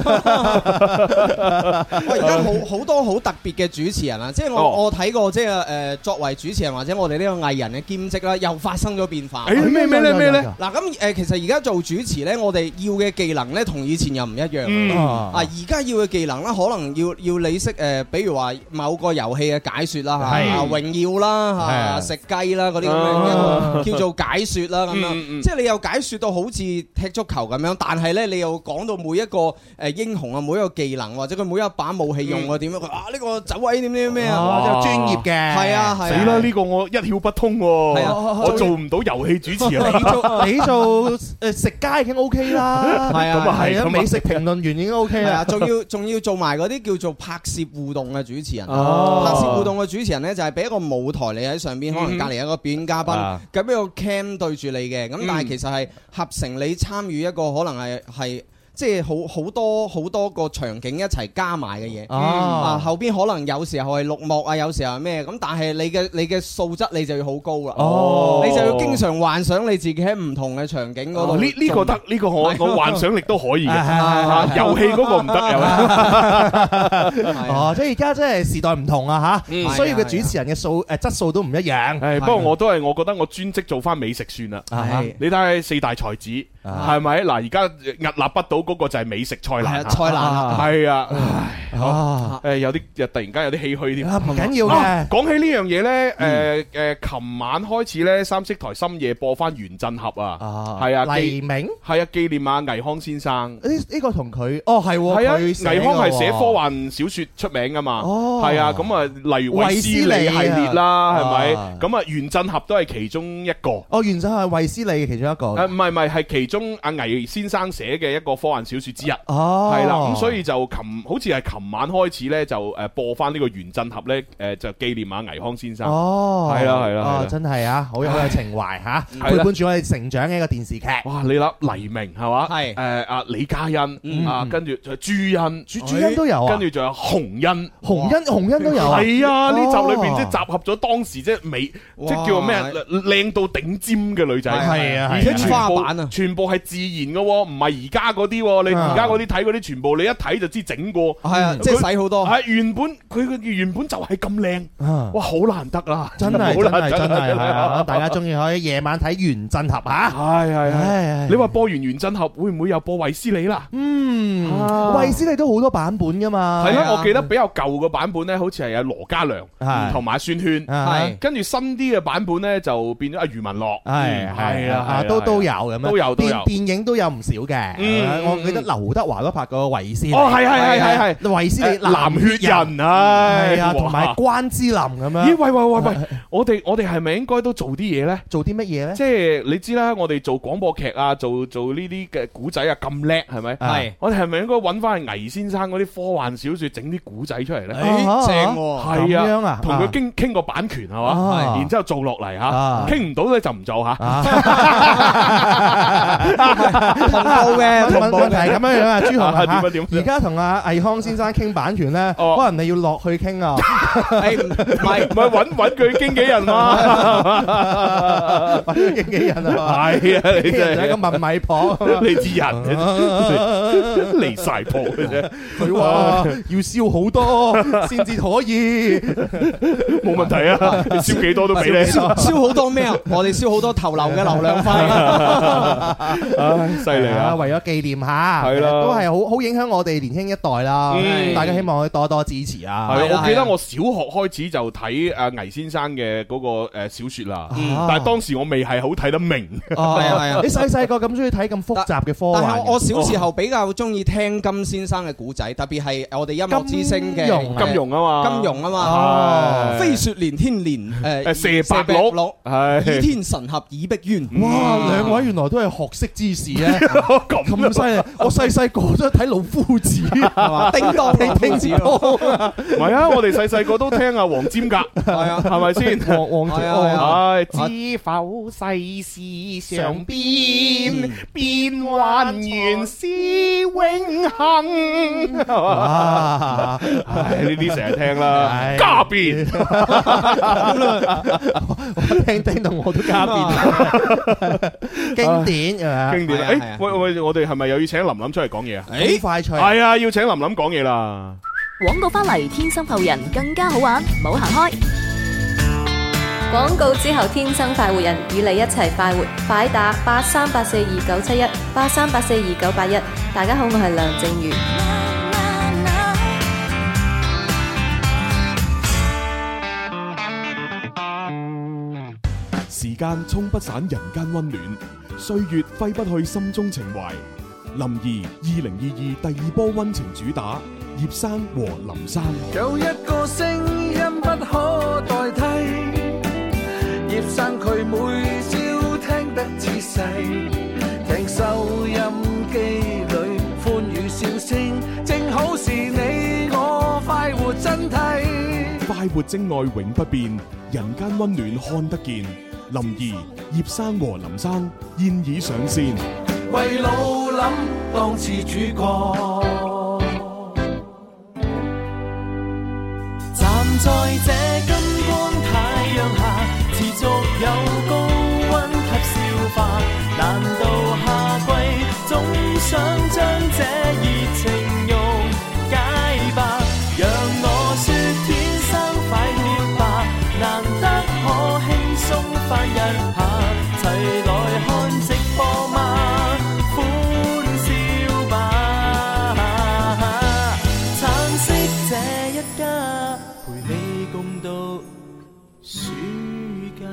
I: 我而家好好多好特別嘅主持人啊，即係
F: 哦
I: 我我睇過即係誒作為主持人或者我哋呢個藝人嘅兼職啦，又發生咗變化。
F: 誒哎咩咩咧咩
G: Ừ.
F: 咧？
I: 嗱咁誒，其實而家做主持呢，我哋要嘅技能呢，同以前又唔一樣。
F: 嗯
I: 啊，
G: À,
I: 而家要嘅技能呢，可能要要你識誒，比如話某個遊戲嘅解説啦，嚇
F: 係
I: 啊榮耀啦，嚇食雞啦嗰啲咁
F: 啊
I: 樣叫做解説啦，咁
F: 嗯嗯
I: 樣即係你又解説到好似踢足球咁樣，但係呢，你又講到每一個誒英雄啊，每一個技能或者佢每一把武器用啊點樣，佢啊呢個走位點點
G: à?
I: 咩啊，
G: 哦，就專業嘅。
I: 係啊係
F: 死
I: 啊。
F: 啦！呢個我一竅不通喎，
I: 係啊
F: 我做唔到遊戲主持啊人。
G: 你做你做誒食家已經 OK 啦，
I: 係啊
F: 咁啊係
G: 係
F: 咁
G: 啊，
F: 啊
G: 美食評論員已經 OK
I: 係啊，
G: 啦，
I: 仲要仲要做埋嗰啲叫做拍攝互動嘅主持人。
G: 哦
I: 拍攝互動嘅主持人呢，就係俾一個舞台你喺上邊，可能隔離有一個表演嘉賓
F: 啊，
I: 咁一個 cam 對住你嘅，咁但係其實係合成你參與一個可能係係。即係好好多好多個場景一齊加埋嘅嘢。
G: 啊
I: 啊，後邊可能有時候係綠幕啊，有時候係咩咁，但係你嘅你嘅素質你就要好高啦。
F: 哦
I: 你就要經常幻想你自己喺唔同嘅場景嗰度。
F: 呢呢個得，呢個我我幻想力都可以嘅。啊遊戲嗰個唔得，又
G: 哦，即係而家真係時代唔同啊吓，
F: 嗯
G: 需要嘅主持人嘅素誒質素都唔一樣。
F: 唉，不過我都係，我覺得我專職做翻美食算啦
I: 啊
G: 係。
F: 你睇下四大才子係咪？嗱，而家屹立不倒嗰個就係美食菜
I: 係啊
F: 籃，
I: 菜籃啊
F: 係啊，唉
G: 好
F: 誒有啲突然間有啲唏噓添。
G: 啊唔緊要嘅
F: 啊講起呢樣嘢
G: 嗯
F: 呢，誒誒，琴晚開始呢，三色台深夜播翻袁振合啊，
G: Ờ,
F: 係啊，紀
G: 黎明
F: 係啊，紀念啊倪匡先生。
G: 呢呢個同佢，哦係喎，
F: 係啊，
G: 佢寫
F: 倪匡係寫
G: 嘅喎
F: 科幻小說出名噶嘛，
G: 哦
F: 係啊，咁啊，例如衛斯理系列啦，係咪？咁啊，袁振合都係其中一個。
G: 哦，原就係衛斯理嘅其中一個。
F: 誒唔係唔係，係其中阿倪先生寫嘅一個科幻小説之一，
G: 哦
F: 係啦，咁所以就琴好似係琴晚開始咧，就誒播翻呢個袁振合咧，誒就紀念阿倪匡先生，
G: 哦，
F: 係啦係啦，
G: 哦
F: 係啦
G: 真係啊，好有 好有情懷嚇，
F: 係
G: 陪
F: 啦
G: 伴住我哋成長嘅一個電視劇。
F: 哇！你諗黎明係嘛？係誒阿李嘉欣啊，跟住仲有朱茵，朱
G: 嗯朱茵都有啊
F: 跟住仲有洪欣，
G: 洪欣洪欣都有啊
F: 係啊！呢集裏邊
G: 哦
F: 即係集合咗當時即係美，即係
G: 哇
F: 叫咩啊靚到頂尖嘅女仔，
G: 係啊係啊啊
F: 而且全
G: 天花
F: 部
G: 板
F: 全部係自然嘅喎，唔係而家嗰啲喎。你而家嗰啲睇嗰啲全部你一睇就知整過，係
I: 啊即係洗
G: 哦
I: 好多
F: 嗯係原本佢佢原本就係咁靚，
G: 啊
F: 哇！好難得啦，
G: 真係
F: 好
G: 真
F: 難
G: 係
F: 得
G: 真係係啊！
F: 啦
G: 大家中意可以夜晚睇《原振合》嚇，
F: 係係
G: 係
F: 你話播完袁振合會唔會又播衛斯理啦？
G: 嗯，
F: 啊
G: 衛斯理都好多版本噶嘛。
F: 係啦，我記得比較舊嘅版本咧，好似係阿羅嘉良
G: 啊係
F: 同埋阿孫圈，
G: 係
F: 跟住新啲嘅版本咧就變咗阿余文樂，
G: 係
F: 嗯
G: 係
F: 係啦，係
G: 啊
F: 啦，
G: 都
F: 係啦
G: 都有咁樣，
F: 都有都有
G: 電電影都有唔少嘅。
F: 嗯
G: 我記得劉德華都拍過衛斯理。
F: 哦，係係係係係，
G: 衛斯理
F: 誒藍血人啊，
G: 係啊，
F: 哇
G: 同埋啊關之琳咁樣。
F: 咦喂喂喂 喂，我哋我哋係咪應該都做啲嘢咧？
G: 做啲乜嘢咧？
F: 即係你知啦，我哋做廣播劇啊，做做呢啲嘅古仔啊，咁叻係咪？
G: 係
F: 我哋係咪應該揾翻倪先生嗰啲科幻小説，整啲古仔出嚟咧？
I: 哎
G: 誒正喎
F: 係
G: 咁樣啊
F: 同佢傾傾個版權係嘛，
G: 啊
F: 然之後做落嚟嚇
G: 啊，
F: 傾唔到咧就唔做嚇。
G: 啊 同
I: 步嘅同步
G: 問
I: 嘅
G: 題係咁樣樣啊，朱紅
F: 啊
G: 啊
F: 點啊
G: 嚇
F: 點啊
G: 而家同阿倪匡先生傾版權 咧，可能你要落去傾啊。
I: 哎
F: 唔係唔係揾揾佢經紀人嘛？
G: 揾佢經紀人啊
F: 係啊，你真
G: 就係一個
F: 係
G: 問米婆，
F: 啊 你知人離晒譜嘅啫。
G: 佢話要燒好多先至可以，
F: 冇問題啊，你燒幾多都 俾你。
I: 燒燒好多咩啊？我哋燒好多頭流嘅流 量費。
F: 唉，犀利
G: 啊！
F: 啊！
G: 為咗紀念下，
F: 係啦
G: 都係好好影響我哋年輕一代啦
F: 嗯。
G: 大家希望可以多多支持啊！
F: 係啊，我記得我小學開始就睇阿倪先生嘅嗰個呃誒小説啦，
G: 嗯
F: 但係當時我未係好睇得明。
G: 哦，
I: 係啊係啊
G: 你細細個咁中意睇咁複雜嘅科幻
I: 但
F: 哦
I: 係
G: 嘅，
I: 我小時候比較中意聽金先生嘅古仔，特別係我哋音樂之星嘅
G: 金
F: 金庸
G: 庸啊
F: 啊嘛
I: 金庸啊
F: 哦
I: 嘛，飛雪連天呃連
F: 誒
I: 誒
F: 呃射白鹿哎係
I: 倚天神俠倚碧鴛，
G: 哇！兩位原來都係學識之士咧， 咁犀利！我細細個都睇老夫子，係
I: 嘛啊叮當
G: 叮
I: 老夫子
G: 當
F: 唔係啊，我哋細細個都聽阿黃霑㗎，係
I: 啊
F: 係咪 先？
G: 黃黃
F: 係
G: 哦
F: 啊唉，知否世事常
G: 嗯
F: 變，變幻原是永恒。
G: 啊！
F: 唉， 呢啲成日聽啦
G: 唉，
F: 家變。
G: 我聽聽到我都加變， 經典啊！
F: 經典。
G: 係
F: 誒，
G: 啊
F: 喂喂，我哋係咪又要請琳琳出嚟講嘢啊？
I: 哎
G: 係啊好快脆，
F: 係啊，要請琳琳講嘢啦。
K: 广告翻嚟，天生浮人更加好玩，唔好行开。
N: 廣告之後，天生快活人與你一齊快活，快打八三八四二九七一八三八四二九八一。大家好，我係梁靜茹。
A: 時間沖不散人間溫暖，歲月揮不去心中情懷。林兒二零二二第二波溫情主打，葉生和林生。
B: 有一個聲音不可代替，葉生佢每朝聽得仔細，聽收音機裏歡語笑聲，正好是你我快活真諦。
A: 快活精愛永不變，人間溫暖看得見。林兒、葉生和林生現已上線。
B: 為老諗當次主角。
J: 站在這金光太陽下，持續有高温及消化。難道夏季總想將這熱情溶解吧？讓我説天生快活吧，難得可輕鬆翻一下，齊來看直播嗎？歡笑吧，橙色這一家，陪你共度暑假。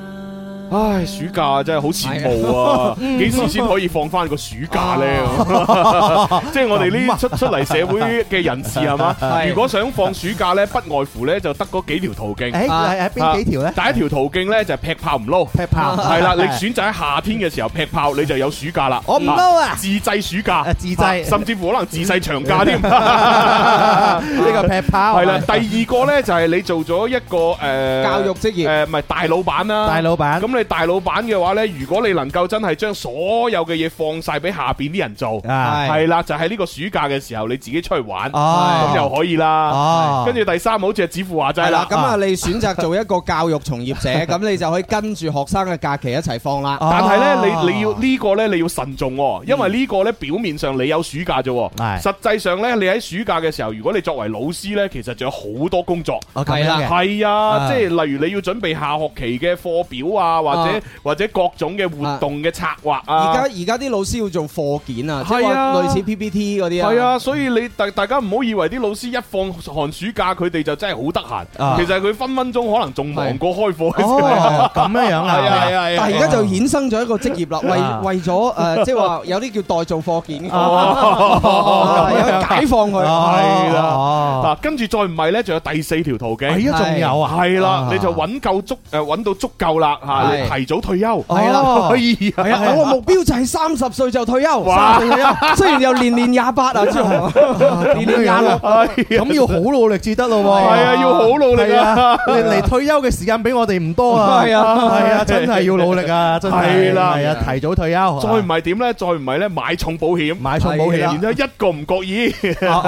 F: 唉，暑假真係好羨慕 啊！
J: 係啊
F: 幾時先可以放翻個暑假
G: 哦
F: 呢？
J: 啊
F: 即係我哋呢出出嚟社會嘅人士係嘛？
G: 係
F: 如果想放暑假呢，不外乎呢就得嗰幾條途徑。
G: 誒係係邊幾條
F: 啊
G: 呢
F: 第一條途徑呢就係劈炮唔 撈，劈
G: 炮
F: 係啦。你選擇喺夏天嘅時候劈炮，你就有暑假啦。
G: 我唔撈啊
F: 自製暑假，自
G: 製
F: 甚至乎可能自製長假添。
G: 呢個劈炮啊
F: 係啦，第二個咧就係你做咗一個誒
G: 教育
F: 職業誒，唔係大老闆啦，
G: 大老闆
F: 咁你大老闆嘅話咧，如果你能夠真係將所有嘅嘢放晒俾下邊啲人做，
I: 哎
G: 啊
F: 係啦，就喺呢個暑假嘅時候你自己出去玩，
I: 哦
F: 咁又可以啦
I: 哦。
F: 跟住第三好似係子父話
I: 係
F: 齋
I: 啦
F: 啦，，
I: 咁啊，你選擇做一個教育從業者，咁你就可以跟住學生嘅假期一齊放啦。
F: 但係咧，你你要呢個咧，你要慎重喎，因為呢個咧表面上你有暑假啫喎，實際上咧，你喺暑假嘅時候，如果你作為老師咧，其實仲有好多工作，
G: 哦咁樣嘅
F: 係啊，
G: 啊
F: 即係例如你要準備下學期嘅課表啊，或者
I: 啊
F: 或者各種嘅活動嘅策劃啊，
I: 而家而家啲老師要做課件啊，即係
F: 係
I: 話
F: 啊
I: 類似 PPT 嗰啲啊。
F: 係啊，所以你大大家唔好以為啲老師一放寒暑假，佢哋就真係好得
G: 啊
F: 閒，其實佢分分鐘可能仲忙過開課。
G: 哦咁樣樣啊
F: 係啊係啊係啊，
I: 但係而家就衍生咗一個職業啦，
G: 啊
I: 為為咗誒，即係話有啲叫代做課件，
F: 哦
I: 啊有人解放佢。
G: 哦
F: 係啦，嗱，跟住再唔係咧，仲有第四條途徑。
G: 哎呀仲有啊
F: 係啦
G: 啊，
F: 你就揾夠足誒，揾到足夠啦嚇，
I: 係
F: 你提早退休。
I: 係啦
F: 哦哎
I: 係
F: 呀
I: 啊，我個目標就係三十歲就退休。
F: 哇
I: 三十歲 退休，雖然又年年廿八啊，朱
F: 啊
I: 紅，年年廿六。
G: 咁要好努力至得咯喎。
I: 係啊要好努力啊
G: 係你嚟退休嘅時間俾我哋唔多啊。
F: 係啊
G: 係啊，真係要努力啊，真係。
F: 係啦
G: 係啊，提早退 休。
F: 再唔係點咧？再唔係咧，買重保險，買
G: 重保險
F: 然之後一個唔覺 意，
G: 哦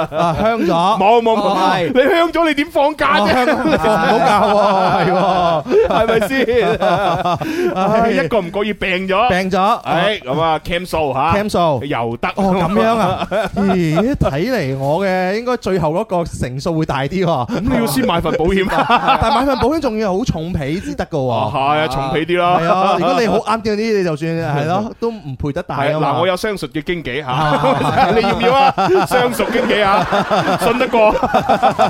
G: 哦啊香咗
F: 冇冇冇，
G: 哦係
F: 你香咗你點放假啫？
G: 哦 香放唔
F: 係
G: 到
F: 咪
G: 假喎 係
F: 先？
G: 喎
F: 唉一個唔覺意病咗，
G: 病咗
F: 唉，咁啊，cam 數吓
G: Cam 數
F: 又得，
G: 哦，咁 樣啊？咦，睇嚟我嘅應該最後嗰個成數會大啲喎。咁
F: 你 要先買份保險
G: 但買份保險仲要好重皮先得㗎喎。
F: 係啊，重俾啲啦。
G: 係啊，如果你好啱嘅啲，你就算係咯，都唔賠得大
F: 係
G: 啊嘛。
F: 嗱，我有相熟嘅經紀嚇， 你要唔要啊？相熟經紀啊，信得過。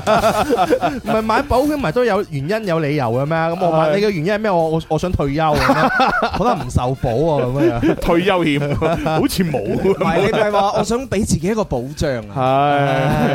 G: 唔係買保險咪都有原因有理由 嘅咩？咁我問你嘅原因係咩？我我我想退休咁樣，可能唔受保喎咁 樣。
F: 退休 險好似冇。唔
I: 唔係你咪話，我想俾自己一個保障
F: 啊。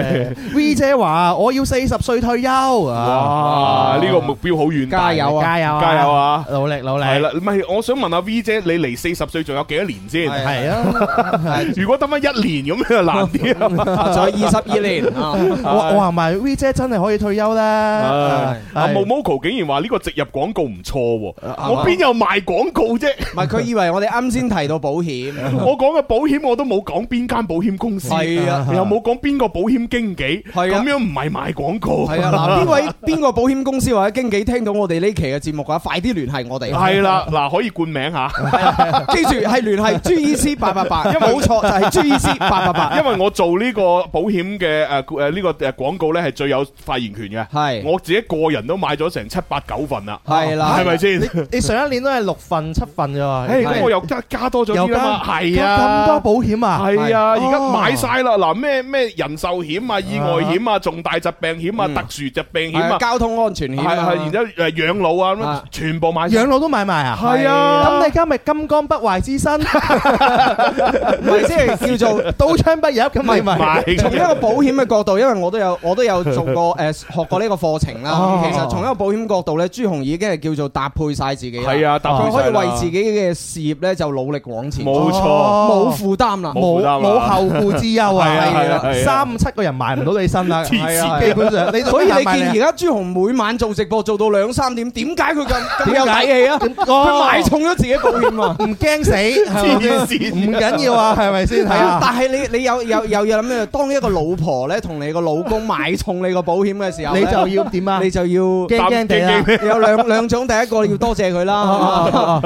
G: V 姐話：我要四十歲退休啊！
F: 哇！呢個目標好遠大，
G: 加油啊加油啊
F: 加油啊！
G: 努力努力
F: 係啦，唔係我想問下 V 姐，你離四十歲仲有幾多年先？
G: 係啊，
F: 如果得翻一年咁就難啲啊，
I: 仲有22年 啊
G: 我我話埋 V 姐真係可以退休咧。
F: 唉阿
G: 係
F: Momoko 竟然話呢個植入廣告唔錯喎，
I: 啊
F: 我邊有賣廣告 啫？
I: 唔係佢以為我哋啱先提到保險，
F: 我講嘅保險我都冇講邊間保險公司，
I: 係啊
F: 又冇講邊個保險經紀，咁樣唔係賣廣告。
I: 係啊，嗱，呢位邊個保險公司或者經紀聽到我哋呢期嘅節目嘅話，快啲聯繫我哋。 啊
F: 係啊啦，，嗱可以冠名嚇，
I: 記住係聯繫 GEC 八八八，
F: 因為
I: 冇錯就 係 GEC 八八八。
F: 因為我做呢個保險嘅誒誒呢個誒廣告咧係最有發言權 嘅，
I: 係
F: 我自己個人都買咗成七八九份啦，
I: 係啦
F: 係咪先？
G: 啊 你你上一年都係六份七份啫喎。
F: 誒咁我又加加多咗啲啦嘛，係
G: 又加
F: 啊，
G: 咁多保險啊
F: 係啊，
G: 係
F: 而家買晒啦，嗱咩咩人壽險啊、意外險啊、重大疾病險
G: 嗯
F: 啊、特殊疾病險啊、
I: 係交通安全險啊
F: 係係然之後誒養老啊咁樣全部買晒。
G: 養老都買埋啊？
F: 係啊
G: 咁你而家咪金剛不壞 之身，唔
I: 係即係叫做
G: 刀槍不入咁，你咪
I: 從一個保險嘅角度，因為為我都有我都有做過誒學過呢個課程啦
F: 哦。
I: 其實從一個保險角度咧，朱紅已經係叫做搭配晒自己啦。
F: 係啊搭配
I: 佢可
F: 晒
I: 以
F: 啦
I: 為自己嘅事業咧就努力往前。
F: 冇錯
I: 冇負擔啦，
F: 冇負擔啦冇後顧之憂啊係啊係啊係啊
G: 三五七個人埋唔到你身啦，
I: 係啊
G: 係啊基本啊上你
I: 所以你見而家朱紅每晚做直播做到兩三點，點解佢咁咁有底氣啊？佢買重咗自己
G: 哦
I: 保險啊，
G: 唔驚死係咪
I: 黐
G: 先唔緊要啊係咪先係啊
I: 但係你你有有有嘢諗咧，當一個老婆咧同你個老公買重你個保險嘅時候呢，
G: 你就要點啊？
I: 你就要驚
G: 驚驚地啊啦，
I: 有兩兩種，第一個你要多謝佢啦，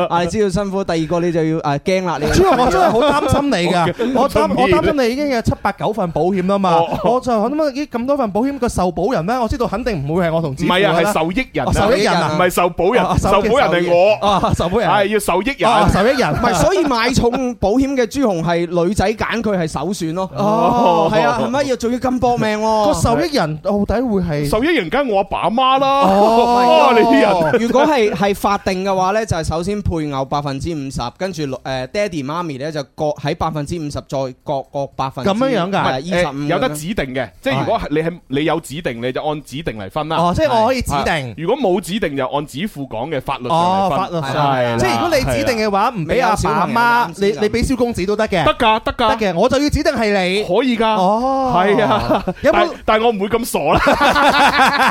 I: 啊你知道辛苦；第二個你就要誒驚啦，你
G: 主要我真係好擔心你㗎，我擔我擔心
I: 你。
G: 你已經有七八九份保險啦嘛，我就諗乜咦咁多份保險個受保人咧，我知道肯定唔會係我同子
F: 唔
G: 富
F: 係啊，
G: 啦
F: 係受益人啊，
G: 哦受益人啊，
F: 唔係受保人
G: 哦，
F: 受保人係我，
G: 啊，受保人
F: 係要受益
G: 哦
F: 人，
G: 受益人
I: 唔係，所以買重保險嘅朱紅係女仔揀佢係首選咯。
G: 哦
I: 係啊，係咪要仲要咁搏命喎？
G: 個受益人到底會係
F: 受益人梗係我阿爸阿媽啦，
I: 哦
F: 哦，你啲人，
I: 如果係係法定嘅話咧，就係首先配偶百分之五十，跟住誒爹哋媽咪咧就各喺百分之五十，再各各百分
G: 咁樣樣㗎
I: 二十
F: 誒
I: 五啊
F: 有得指定嘅，即係如果係你係你有指定，你就按指定嚟分啦。
G: 哦即係我可以指定
F: 係如果冇指定就按指父講嘅法律上
G: 哦
F: 嚟分。
G: 法律
F: 係啦
G: 上，即係如果你指定嘅話，唔俾
F: 未有
G: 阿
F: 小
G: 爸
F: 朋
G: 阿
F: 友
G: 媽
F: 擔，心
G: 你你俾蕭公子都得嘅，
F: 得㗎得㗎
G: 得嘅，我就要指定係你，
F: 可以㗎，
G: 哦，
F: 係啊，
G: 有
F: 但
G: 冇？
F: 但我唔會咁傻啦。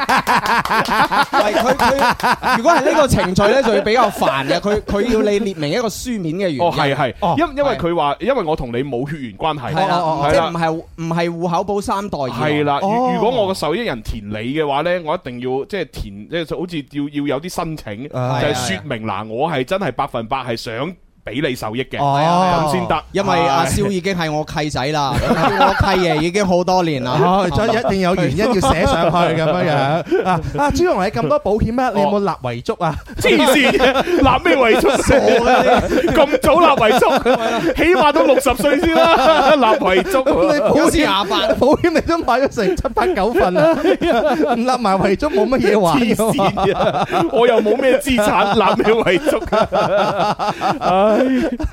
I: 如果係呢個程序咧，就會比較煩嘅。佢佢要你列明一個書面嘅原因。
F: 哦，係係，因因為
I: 係
F: 佢話，因為我同你冇血緣關係，
I: 係
G: 哦
I: 啦，哦即
F: 係
I: 係唔
F: 啦，
I: 係唔係户口簿三代以內。
F: 係啦。如如果我
I: 哦
F: 個受益人填你嘅話呢，我一定要即係填，即係好似要要有啲申請，就
I: 啊
F: 係
I: 係啊
F: 説明嗱，我係真係百分百係想俾你受益嘅，
I: 係啊
F: 咁先得。
I: 因為阿
F: 係
I: 蕭已經係我契仔啦，我契爺已經好多 年啦。
G: 哦，再一定有原因要寫上去咁樣樣啊！啊，朱紅，你咁多保險啊，你有冇立遺囑啊？
F: 黐線嘅，立咩遺囑
G: 傻
I: 啊
G: 嘅你
F: 咁早立遺 囑，起碼都六十歲先啦，立遺
G: 咁你保
F: 囑。
G: 險保險你都買咗成七八九份 啦，唔立埋遺囑冇乜嘢玩
F: 黐
G: 㗎嘛
F: 線啊！我又冇咩資 產，立咩遺�嘱�啊？唉，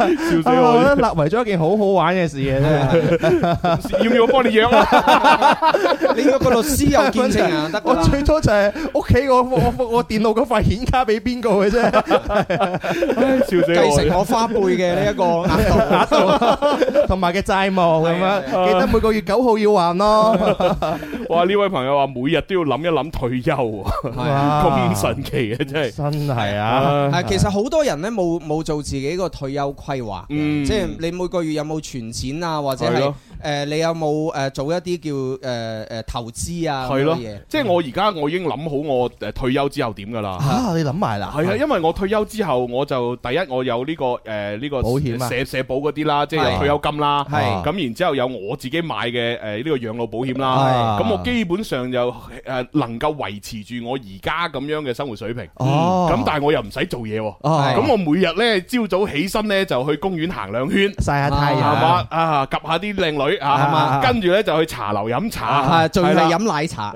F: 笑死
I: 哎
G: 啊我覺得
F: 我！
G: 立遺囑一件好好玩嘅事 嘅真係。
F: 要唔要我幫你養啊？
I: 你要個律師有見證啊，得㗎
G: 我
I: 啦。
G: 最多就係屋企我我我我電腦嗰塊顯卡俾邊個嘅 啫，
F: 笑死
I: 繼
F: 我！
I: 承我花唄嘅呢一個額 度。
G: 同埋嘅債務咁樣，記得每個月九號要還咯。
F: 哇！呢位朋友話每日都要諗一諗退休喎，
G: 哇
F: 咁神奇嘅真係。
G: 真係啊
I: 啊係其實好多人咧冇冇做自己個退休規劃
F: 嗯
I: 嘅，即係你每個月有冇存錢啊，或者
F: 係
I: 係
F: 咯
I: 誒你有冇誒做一啲叫誒誒投資啊
F: 係
I: 咁
F: 咯
I: 嘅嘢。，
F: 即係我而家我已經諗好我誒退休之後點㗎啦。
G: 啊，你諗埋啦，
F: 係啊，因為我退休之後，我就第一我有呢個誒呢個
G: 保險啊
F: 社社保嗰啲啦，即係
G: 係
F: 有退休金啦。
G: 係
F: 咁然之後有我自己買嘅誒呢個養老保險啦。
G: 係
F: 咁我基本上就誒能夠維持住我而家咁樣嘅生活水平。
G: 哦
F: 咁但係我又唔使做嘢喎。
G: 哦
F: 咁我每日咧朝早起身咧就去公園行兩圈。
G: 晒下太
F: 係
G: 陽
F: 嘛。啊，及下啲靚女
I: 係
F: 啊
I: 嘛，
F: 跟住咧就去茶樓飲茶，
I: 啊，仲要
F: 啦
I: 係飲奶茶，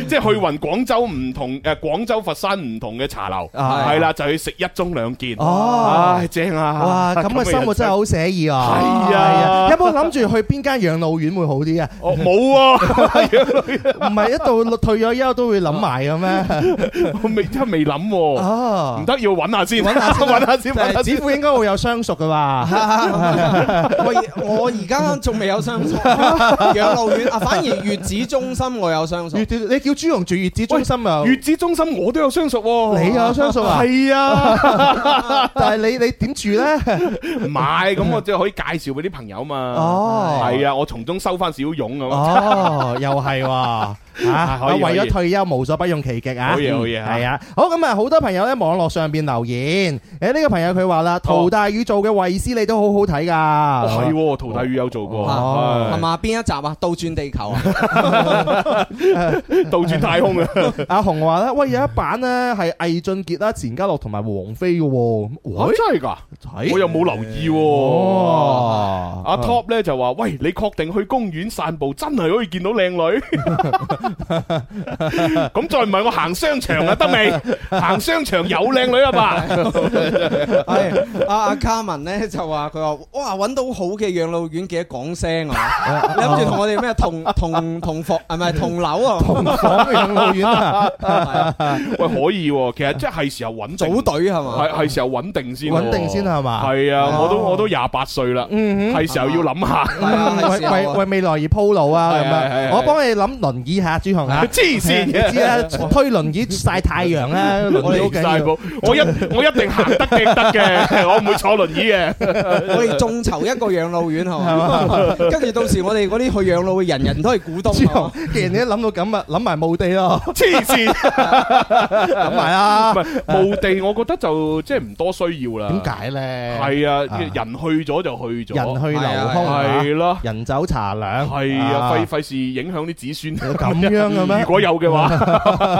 F: 即係去勻廣州唔同誒廣州、佛山唔同嘅茶樓，
G: 啊
F: 係啦，就去食一盅兩件。
G: 哦
F: 唉，正啊！
G: 哇，咁嘅生活真係好寫意啊！
F: 係啊
G: 有冇諗住去邊間養老院會好啲啊？
F: 我哦冇
G: 唔係一到退咗休都會諗埋嘅 咩？
F: 喎， 我未真係未諗喎，
G: 哦
F: 唔，得要揾下先，
G: 揾 下先，啊
F: 揾下先，揾下
G: 子
F: 先。
G: 富應該會有相熟嘅 吧？
I: 我而我而家仲未有相信養老院啊，反而月子中心我有相信
G: 月。子你叫朱容住月子中心啊？
F: 月子中心我都有相熟喎，
G: 你有相熟啊
F: 係啊，
G: 但係你你點住 咧？
F: 唔係咁我即係可以介紹俾啲朋友嘛。
G: 哦
F: 係啊，我從中收翻少佣咁。
G: 哦，又係喎。 啊！
F: 可以
G: 為
F: 可以
G: 咗退休，無所不用其極啊！
F: 好嘢好嘢啊
G: 係啊！好咁啊，好多朋友喺網絡上邊留言。誒，呢個朋友佢話啦，陶大宇做嘅衛斯理都好好睇㗎。
F: 哦係喎，陶大宇有做過，
G: 哦
I: 係
F: 係
I: 嘛？邊一集啊？倒轉地球啊！
F: 倒轉太空啊！
G: 阿紅話咧，喂，有一版呢係魏俊傑啦、錢嘉樂同埋王菲嘅喎。
F: 啊
G: 喂，
F: 真係㗎，
G: 睇
F: 我又冇留意喎。
G: 哎哦，
F: 阿 Top 咧就話：，喂，你確定去公園散步真係可以見到靚女？咁再唔係我行商場啊，得未？行商場有靚女啊嘛？
I: 係啊阿阿卡文咧就話佢話哇揾到好嘅養老院記得講聲 啊！你諗住同我哋咩同同同房係咪同樓啊？同
G: 房養老院啊
F: 喂，可以喎，其實即係時候穩定，組
I: 隊係嘛
F: 係係時候穩定先喎，
G: 啊穩定先係嘛
F: 係啊，
G: 哦
F: 我都我都廿八歲啦，
G: 嗯啊哼
F: 係時候要諗下。
G: 為
I: 啊
G: 為為未來而鋪路啊！咁
F: 係係
G: 樣，
F: 係
G: 我幫你諗輪椅下朱紅啊！
F: 黐線 嘅
G: 你知啦，推輪椅曬太陽啦，輪椅好緊
F: 晒
G: 要
F: 步。我一我一定行得嘅得嘅，我唔會坐輪椅嘅。
I: 我哋眾籌一個養老院係嘛？跟住到時我哋嗰啲去養老嘅人人都係股東。
G: 朱紅，既然你一諗到咁啊，諗埋墓地咯，
F: 黐線，
G: 諗埋 啦。
F: 唔係墓地，我覺得就即係唔多需要啦。
G: 點解咧？
F: 係啊，人去咗就去咗，
G: 人去樓空
F: 係咯，
G: 人走茶涼。
F: 係啊，費費事影響啲子孫。
G: 咁樣嘅咩
F: 如 果有嘅話，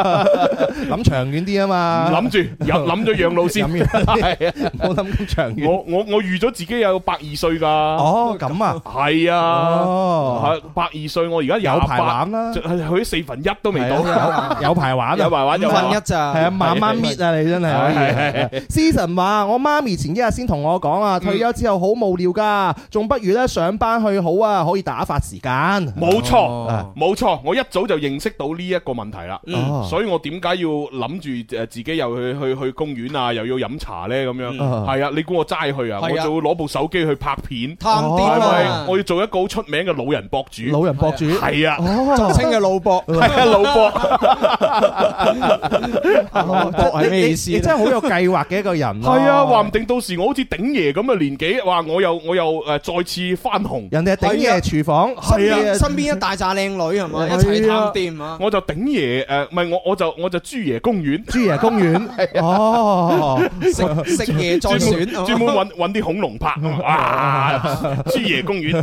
G: 諗長遠啲啊嘛。
F: 諗住 有諗咗養老先，啊
G: 諗養老
F: 係啊，
G: 冇諗咁長遠。
F: 我我我預咗自己有百二歲㗎。
G: 哦，咁啊，
F: 係
G: 哦
F: 啊，百二歲我而家廿
G: 有排
F: 八
G: 玩啦
F: 就係去咗四分一都未到，
G: 係啊有有排玩啊
F: 有排玩，有排玩
G: 五分一咋係啊慢慢搣啊你真係可以
F: 係係係
G: Season 話：我媽咪前幾日先同我講啊，退休之後好無聊噶，仲不如咧上班去好啊，可以打發時間。
F: 冇
G: 啊
F: 錯，冇錯，我一早就認識到呢一個問題啦，
G: 嗯
F: 所以我點解要諗住誒自己又去去去公園啊，又要飲茶呢？咁樣？
G: 嗯
F: 係啊，你估我齋去啊？
G: 係啊
F: 我就會攞部手機去拍片，
G: 貪啲啊
F: 係咪我要做一個好出名嘅老人博主，
G: 老人博主哦
F: 係啊，
G: 俗稱
I: 嘅老博，
F: 係啊，老 博，
G: 老
I: 博啊係咩意思
G: 你你真係好有計劃嘅一個人咯。
F: 係啊，話唔定到時我好似鼎爺咁嘅年紀，話我又我又誒再次翻紅，
G: 人哋係頂夜廚房，
I: 身
F: 係啊
I: 邊身邊一大扎靚女係嘛？一齊探店啊！
F: 我就鼎爺誒，唔係我我就我就豬爺公園，
G: 豬爺公園，哦，
F: 啊
I: 食食 嘢再選啊
F: 專門專門揾揾啲恐 龍拍啊！豬爺公園，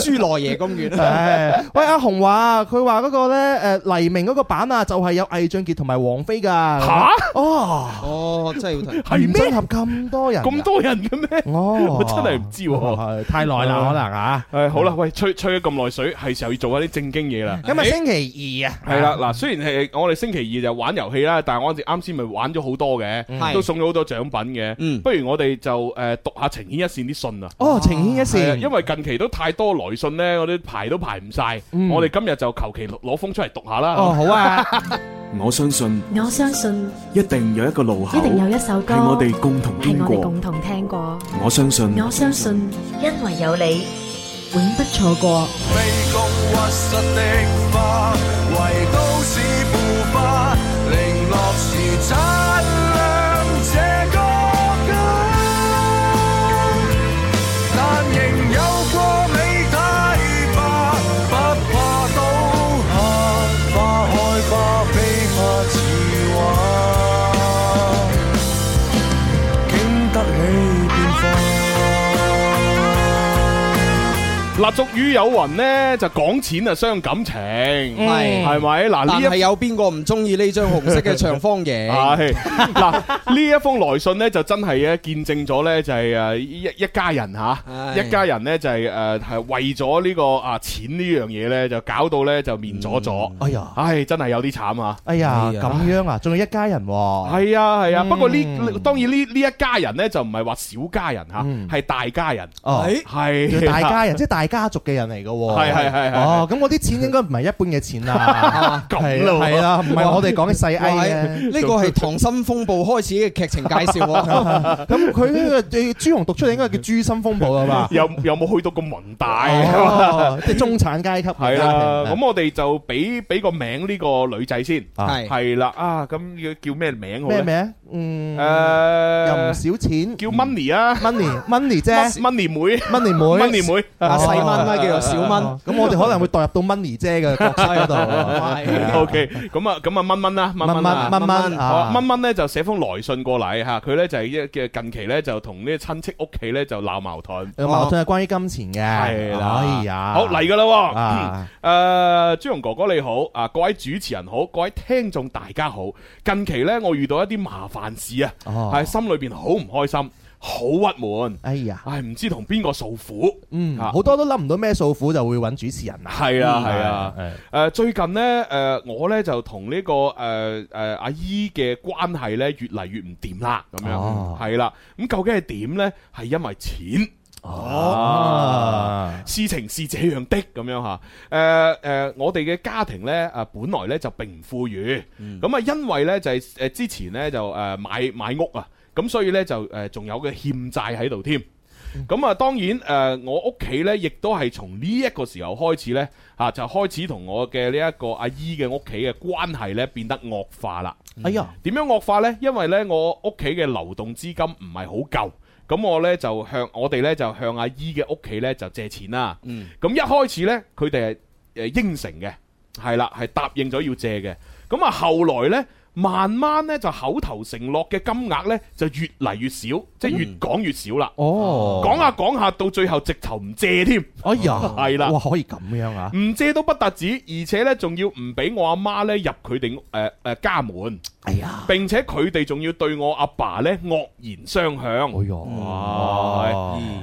I: 豬羅爺 公園
G: 唉喂，阿紅話佢話嗰個咧，誒黎明嗰個版啊，就係有魏俊傑同埋王菲噶。
F: 吓
G: 哦，
I: 哦，真係要睇。
G: 係啊咩？合咁多人，
F: 咁多人嘅咩？
G: 哦
F: 我真係唔知喎，
G: 太耐啦可能啊。
F: 誒好啦，喂，吹吹咗咁耐水，係時候要做一啲正經嘢啦。哎
G: 今日星期二啊，
F: 係啦，嗱，雖然係呃我哋星期二就玩遊戲啦，但係我哋啱先咪玩咗好多嘅，
G: 係
F: 都送咗好多獎品嘅。不如我哋就誒讀下情牽一線啲信啊。
G: 嗯哦，情牽一
F: 係啊
G: 線，
F: 因為近期都太多來信呢，我啲排都排唔晒。
G: 嗯
F: 我哋今日就求其攞封出嚟讀下啦。
G: 哦好啊。
A: 我相信
O: 我相信
A: 一定有一個路口，
O: 一定有一首歌
A: 係我哋共同
O: 係
A: 經
O: 我哋
A: 過
O: 共。同聽過。
A: 我相信
O: 我相信，因為有你，永不錯過。
H: 共屈膝的花，為都市腐化，零落時燦亮這個家。但仍有過美太吧，不怕倒下，花開花飛花似畫，經得起變化。
F: 嗱，俗語有云呢，就講錢啊傷感情，
G: 嗯
I: 係
F: 係咪？嗱
I: 但
F: 呢
I: 係
F: 一啊
I: 有邊個唔中意呢張紅色嘅長方 形？
F: 係嗱呢一封來信呢，就真係咧見證咗呢，就係誒一一家人吓，一家人呢，就係誒係為咗呢個啊錢呢樣嘢呢，就搞到呢，就面阻阻。
G: 哎呀，
F: 唉，真係有啲慘啊！
G: 哎呀，咁樣啊，仲有一家人喎。
F: 係啊係啊，
G: 嗯
F: 不過呢當然呢呢一家人呢，就唔係話小家人吓，係大家人。
G: 哦
F: 係
G: 大家人，即係大家族嘅人嚟嘅喎。
F: 哎係係係係
G: 哦，咁嗰啲錢應該唔係一般嘅錢啦。
F: 咁
G: 係啊
F: 咯，
G: 係啦，唔係我哋講嘅細
I: 哇
F: 哎
I: 哎
G: 埃
I: 呢個係《溏心風暴》開始嘅劇情介 紹喎。
G: 哦咁佢呢個對朱紅讀出嚟應該叫豬心風暴啊嘛。
F: 有有冇去到咁宏大？
G: 哦即係中產階級
F: 係
G: 嘅家庭。
F: 啊啦，咁我哋就俾俾個名呢個女仔先，
G: 啊
F: 係係啦啊，咁要叫咩名好咧？
G: 咩名？嗯，
F: 誒，
G: 又唔少錢，
F: 叫 Money 啊
G: ，Money Money 啫
F: ，Money 妹
G: ，Money 妹
F: Money 妹哦
G: 啊
F: 啊
G: 細蚊啦，
I: 叫做小蚊
G: 咁我哋可能會代入到 Money 姐嘅角色 嗰度。
F: O K，咁啊，咁啊，蚊蚊啦，蚊蚊啦
G: 蚊蚊蚊蚊
F: 好啊
G: 啊
F: 蚊蚊咧就寫封來信過嚟嚇，佢咧就係一嘅近期咧就同呢啲親戚屋企咧就鬧矛盾，
G: 有矛盾係關於金錢嘅。
F: 係啦，
G: 哎呀，
F: 好嚟噶啦
G: 啊
F: 喎，嗯呃誒，朱紅哥哥你好，啊，各位主持人好，各位聽眾大家好。近期呢，我遇到一啲麻煩事啊，
G: 哦
F: 係心裏邊好唔開心。好鬱悶。
G: 哎呀，
F: 唉，唔知同邊個訴苦。
G: 嗯，
F: 啊
G: 好多都諗唔到咩訴苦，就會揾主持人啦。
F: 係啊係啊
G: 嗯，
F: 誒最近呢，誒我呢就同呢個誒誒阿姨嘅關係呢越嚟越唔掂啦，咁樣
G: 哦
F: 係啦。咁究竟係點呢？係因為錢。
G: 哦
F: 啊，事情是這樣的咁樣吓，誒誒，我哋嘅家庭呢，誒本來呢就並唔富裕，咁啊因為呢，就係誒之前呢，就誒買買屋啊，咁所以呢，就誒仲有嘅欠債喺度添。咁啊，當然誒、呃我屋企呢亦都係從呢一個時候開始呢，啊，就開始同我嘅呢一個阿姨嘅屋企嘅關係呢變得惡化啦。
G: 哎呀，
F: 點樣惡化呢？因為呢，我屋企嘅流動資金唔係好夠。咁我呢就向我哋呢就向阿姨嘅屋企呢就借錢啦。咁一開始呢，佢哋係呃誒應承嘅，係啦，係答應咗要借嘅。咁啊，後來呢，慢慢呢就口頭承諾嘅金額呢就越嚟越少，即係越講越少啦。
G: 哦
F: 講下講下，到最後直頭唔借添。
G: 哎呀，
F: 係啦
G: 哇，可以咁樣啊？
F: 唔借都不特止，而且呢仲要唔俾我阿媽呢入佢哋誒誒家門。
G: 哎呀！
F: 並且佢哋仲要對我阿爸呢惡言相向。哎呀！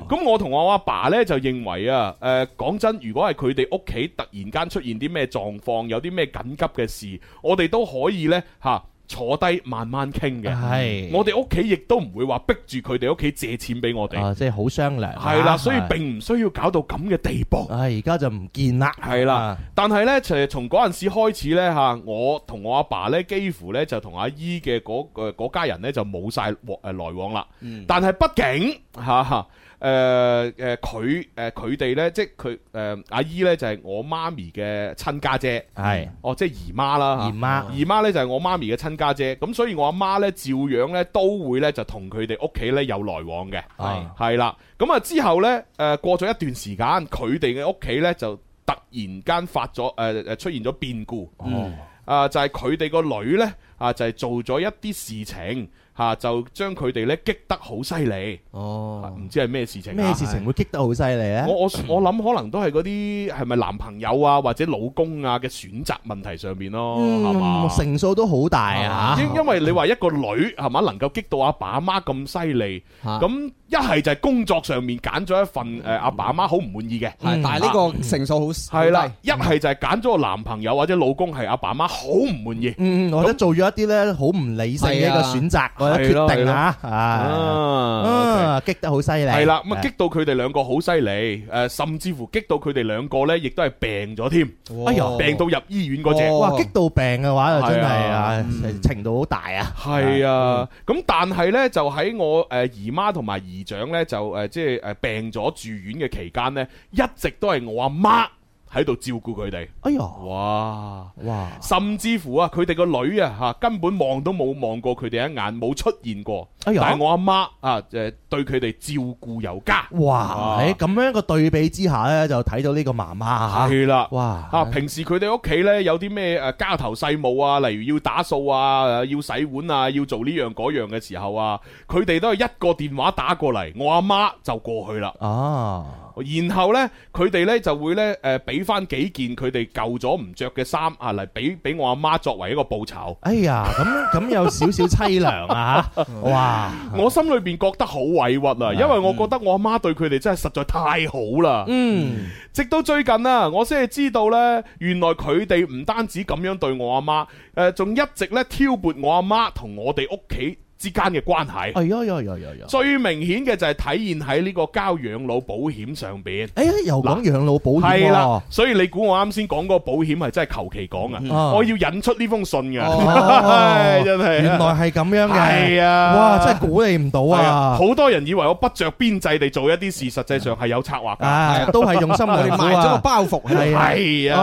F: 咁我同我阿爸呢就認為啊，誒講真，如果係佢哋屋企突然間出現啲咩狀況，有啲咩緊急嘅事，我哋都可以呢。嚇。坐低慢慢傾嘅，
G: 係
F: 我哋屋企亦都唔會話逼住佢哋屋企借錢俾我哋，
G: 啊，即係好商量。
F: 係啦，所以
G: 係
F: 並唔需要搞到咁嘅地步。
G: 唉，而家就唔見啦。
F: 係啦，但係呢，就係從嗰陣時開始呢，嚇，我同我阿爸呢，幾乎呢就同阿姨嘅嗰誒嗰家人呢，就冇晒往誒來往啦。但係畢竟嚇嚇誒誒佢誒佢哋呢，即係佢誒阿姨呢，就係我媽咪嘅親家姐，
G: 係
F: 哦，即係姨媽啦嚇
G: 姨媽
F: 姨媽呢，就係我媽咪嘅親家姐，咁所以我阿媽呢，照樣呢，都會呢，就同佢哋屋企呢有來往嘅。
G: 係
F: 係啦，咁啊之後呢，誒、過咗一段時間，佢哋嘅屋企呢就突然間發咗誒誒出現咗變故，
G: 嗯
F: 啊、就係佢哋個女呢，啊就係、做咗一啲事情嚇、就將佢哋呢激得好犀利，哦，唔知係咩事情啊、
G: 咩事情會嗯激得好犀利咧？
F: 我我我諗可能都係嗰啲係咪男朋友啊或者老公啊嘅選擇問題上面咯，係嘛、
G: 嗯，成數都好大啊！
F: 因因為你話一個女係嘛能夠激到阿爸阿媽咁犀利，
G: 嚇
F: 咁一係就係工作上面揀咗一
G: 嗯
F: 份呃誒阿爸阿媽好唔滿意嘅，
I: 係但係呢個成數好
F: 嗯係啦，一係就係揀咗個男朋友或者老公係阿爸阿媽好唔滿意。
G: 嗯，或者做咗一啲咧好唔理性嘅一個選擇或者決定啊，啊，激得好犀利。
F: 係啦，咁啊激到佢哋兩個好犀利，誒甚至乎激到佢哋兩個呢亦都係病咗添，
G: 哎呀
F: 病到入醫院嗰只，
G: 哇，激到病嘅話就真係
F: 係
G: 啊
F: 啊，
G: 程度好大啊！
F: 係啊，
G: 嗯
F: 咁但係呢，就喺我誒姨媽同埋姨丈呢，就誒即係誒病咗住院嘅期間呢，一直都係我阿媽喺度照顧佢哋。
G: 哎呀，
F: 哇
G: 哇！
F: 甚至乎啊，佢哋個女啊嚇根本望都冇望過佢哋一眼，冇出現過。
G: 哎呀
F: 但係我阿媽啊誒對佢哋照顧有加。
G: 哇！
F: 啊
G: 喺咁樣一個對比之下咧，就睇到呢個媽媽啊
F: 係啦，
G: 哇！
F: 啊！平時佢哋屋企呢，有啲咩誒家頭細務啊，例如要打掃啊、誒要洗碗啊、要做呢樣嗰樣嘅時候啊，佢哋都係一個電話打過嚟，我阿媽就過去啦。
G: 哦，
F: 然後呢，佢哋呢就會呢誒俾翻幾件佢哋舊咗唔着嘅衫啊嚟俾俾我阿媽作為一個報酬。
G: 哎呀，咁咁有少少凄涼啊！哇！
F: 我心裏邊覺得好委屈啊，因為我覺得我阿媽對佢哋真係實在太好啦。
G: 嗯，
F: 直到最近啊，我先係知道呢，原來佢哋唔單止咁樣對我阿媽，誒、仲一直咧挑撥我阿媽同我哋屋企之間嘅關係。
G: 哎呀呀呀呀呀！
F: 最明顯嘅就係體現喺呢個交養老保險上邊。
G: 哎呀，又講養老保啊
F: 係
G: 險
F: 啦
G: 喎，，
F: 所以你估我啱先講嗰個保險係真係求其講
G: 啊
F: 啊！我要引出呢封信嘅，
G: 哦
F: 真係
G: 原來係咁樣嘅，
F: 係啊
G: 哇，真係估你唔到
F: 係
G: 啊！
F: 好多人以為我不着邊際地做一啲事，實際上係有策劃
G: 啊
F: 㗎，
G: 都係用心
I: à.
G: 良苦啊！係啊，
F: 係啊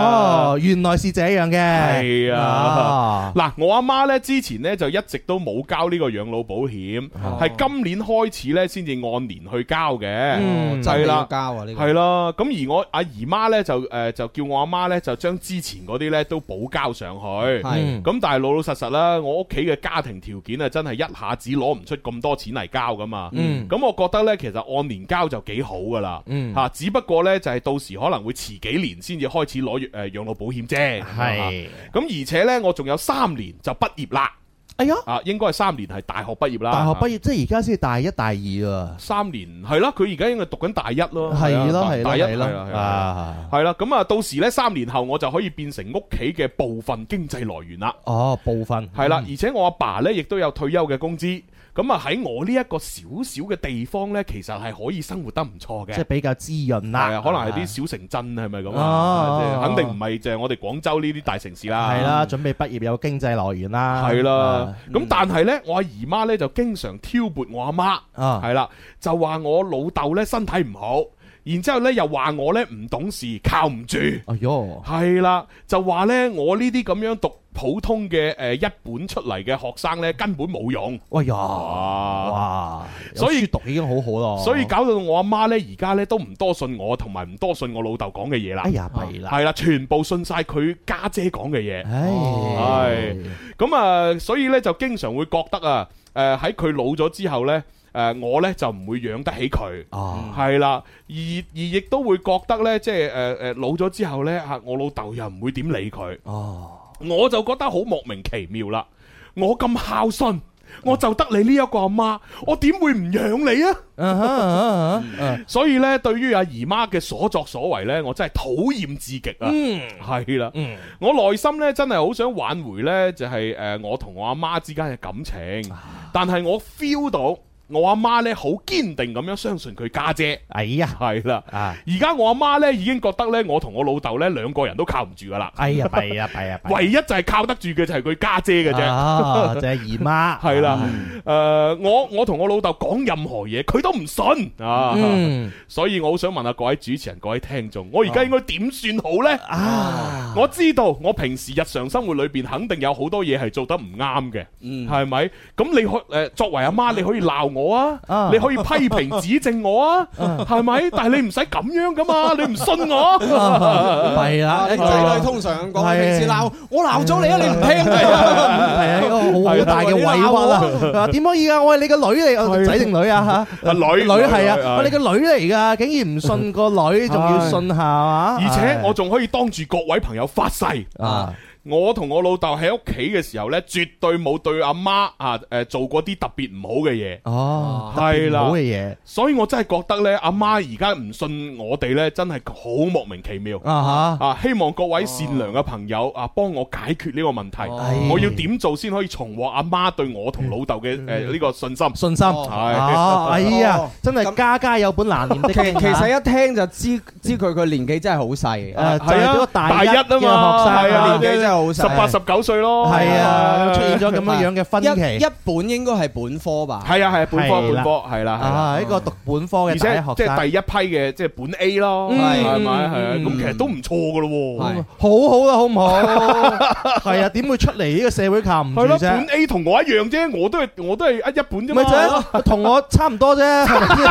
G: 哦，。原來是這樣嘅，
F: 係啊
G: 啊，
F: 嗱，我阿媽呢之前呢就一直都冇交呢個養老保險，
G: 啊
F: 係今年開始呢先至按年去交嘅，
G: 哦
I: 嗯真係
F: 係
I: 要
F: 啦，
I: 交啊呢個
F: 係啦。咁而我阿姨媽呢就誒就叫我阿媽呢就將之前嗰啲呢都補交上去，
G: 啊
I: 係
F: 咁但係老老實實啦，我屋企嘅家庭條件啊真係一下子攞唔出咁多錢嚟交噶嘛，
G: 嗯
F: 咁我覺得呢其實按年交就幾好噶啦，
G: 嗯
F: 嚇，只不過呢就係到時可能會遲幾年先至開呃始攞誒養老保險啫，啊
G: 係
F: 咁而且呢，我仲有三年就畢業啦。
G: 哎呀，
F: 啊，應該係三年係大學畢業啦。
G: 大學畢業即係而家先係大一、大二啊。
F: 三年係啦，佢而家應該讀緊大一咯，
G: 係咯
F: 啊
G: 係咯
F: 大一
G: 係咯
F: 係啦係
G: 啊
F: 啦，係啦，咁啊，到時呢，三年後我就可以變成屋企嘅部分經濟來源啦。
G: 哦，部分
F: 係啦，而且我阿爸呢亦都有退休嘅工資，咁啊喺我呢一個小小嘅地方呢，其實係可以生活得唔錯嘅，
G: 即係比較滋潤啦。
F: 係啊，可能係啲小城鎮係咪咁
G: 哦
F: 啊？即係肯定唔係就係我哋廣州呢啲大城市啦。
G: 係啦，準備畢業有經濟來源啦。
F: 係啦
G: 啊，
F: 咁但係呢，我阿姨媽呢就經常挑撥我阿媽，
G: 啊
F: 係啦，就話我老豆呢身體唔好，然之後呢又話我呢唔懂事，靠唔住，
G: 哎呦，
F: 係啦，就話呢我呢啲咁樣讀普通嘅誒一本出嚟嘅學生呢根本冇用，
G: 哎呀，
F: 哇
G: 哇，有
F: 啊所以
G: 書讀已經好好咯。
F: 所以搞到我阿媽呢，而家呢都唔多信我，同埋唔多信我老豆講嘅嘢啦。
G: 哎呀弊啦
F: 係啦，全部信晒佢家姐講嘅嘢。
G: 唉
F: 係咁啊，所以呢就經常會覺得啊，誒喺佢老咗之後呢。誒我呢就唔會養得起佢，係啦，而而亦都會覺得呢，即係誒誒老咗之後呢，嚇我老豆又唔會點理佢，我就覺得好莫名其妙啦。我咁孝順，我就得你呢一個阿媽，我點會唔養你啊？
G: 啊
F: 所以咧，對於阿姨媽嘅所作所為咧，我真係討厭至極啊！
G: 嗯
F: 係啦，我內心咧真係好想挽回咧，就係誒我同我阿媽之間嘅感情，
G: 啊
F: 但係我 feel 到。我阿媽咧好堅定咁樣相信佢家姐，
G: 哎呀，啊
F: 係啦，而家我阿媽咧已經覺得咧，我同我老豆咧兩個人都靠唔住噶啦，
G: 哎呀，弊啊，弊啊，弊啊
F: 唯一就係靠得住嘅就係佢家姐嘅啫，
G: 啊就係姨媽
F: 係啦，誒，我我同我老豆講任何嘢，佢都唔信啊
G: 嗯，
F: 所以我好想問下各位主持人、各位聽眾，我而家應該點算好呢？啊，我知道我平時日常生活裏邊肯定有好多嘢係做得唔啱嘅，係咪？咁你可誒作為阿媽，你可以鬧我
G: 啊
F: 啊，你可以批 評指正我啊，係咪？但係你唔使咁樣噶 嘛，你唔信我，
G: 弊啦，
F: 哦
I: 你哎仔女通常講平時鬧，我鬧咗你啊，你唔聽
G: 係啊，一個好好大嘅委屈啦！點可以啊？我係你個女嚟，仔定女啊？嚇，
F: 啊女
G: 女係
F: 女
G: 啊，
F: 係
G: 我你個女嚟㗎，竟然唔信個女，仲要信下嘛？
F: 而且我仲可以當住各位朋友發誓
G: 啊！
F: 我同我老豆喺屋企嘅時候呢，絕對冇對阿媽啊誒做過啲特別唔好嘅嘢。
G: 哦，
F: 係啦
G: 特別唔好嘅嘢
F: 所以我真係覺得呢，阿媽而家唔信我哋呢，真係好莫名其妙
G: 啊哦
F: 啊！希望各位善良嘅朋友啊，幫我解決呢個問題。我要點做先可以重獲阿媽對我同老豆嘅
G: 嗯
F: 誒呢個信心？
G: 信心啊！哎呀，真係家家有本難念的
I: 其
G: 經啊
I: 其實一聽就知知佢佢年紀真係好細，
G: 誒就
F: 係
G: 係
F: 啊
G: 嗰個大一
F: 大一啊嘛
G: 嘅學
F: 係
G: 生
F: 啊
I: 年紀真係好細
F: 十八十九歲咯，
G: 係啊出現咗咁樣樣嘅分歧
I: 一一本應該係本科吧？
F: 係啊係啊本科
G: 係
F: 本
G: 啦
F: 科係啦係啦
G: 啊，一個讀本科
F: 而
G: 嘅大
F: 且
G: 一學
F: 即
G: 生
F: 係第。一批嘅即係本 A 咯，
G: 嗯
F: 係咪？
G: 嗯
F: 係啊，
G: 嗯
F: 咁其實都唔錯噶咯喎。
G: 好好啦，好唔 好？係啊，點會出嚟呢個社會靠唔住
F: 係咯，本
G: 啫？
F: A 同我一樣啫，我都係我都係一一本啫
G: 咪
F: 嘛。
G: 就係同我差 唔多啫，係咪先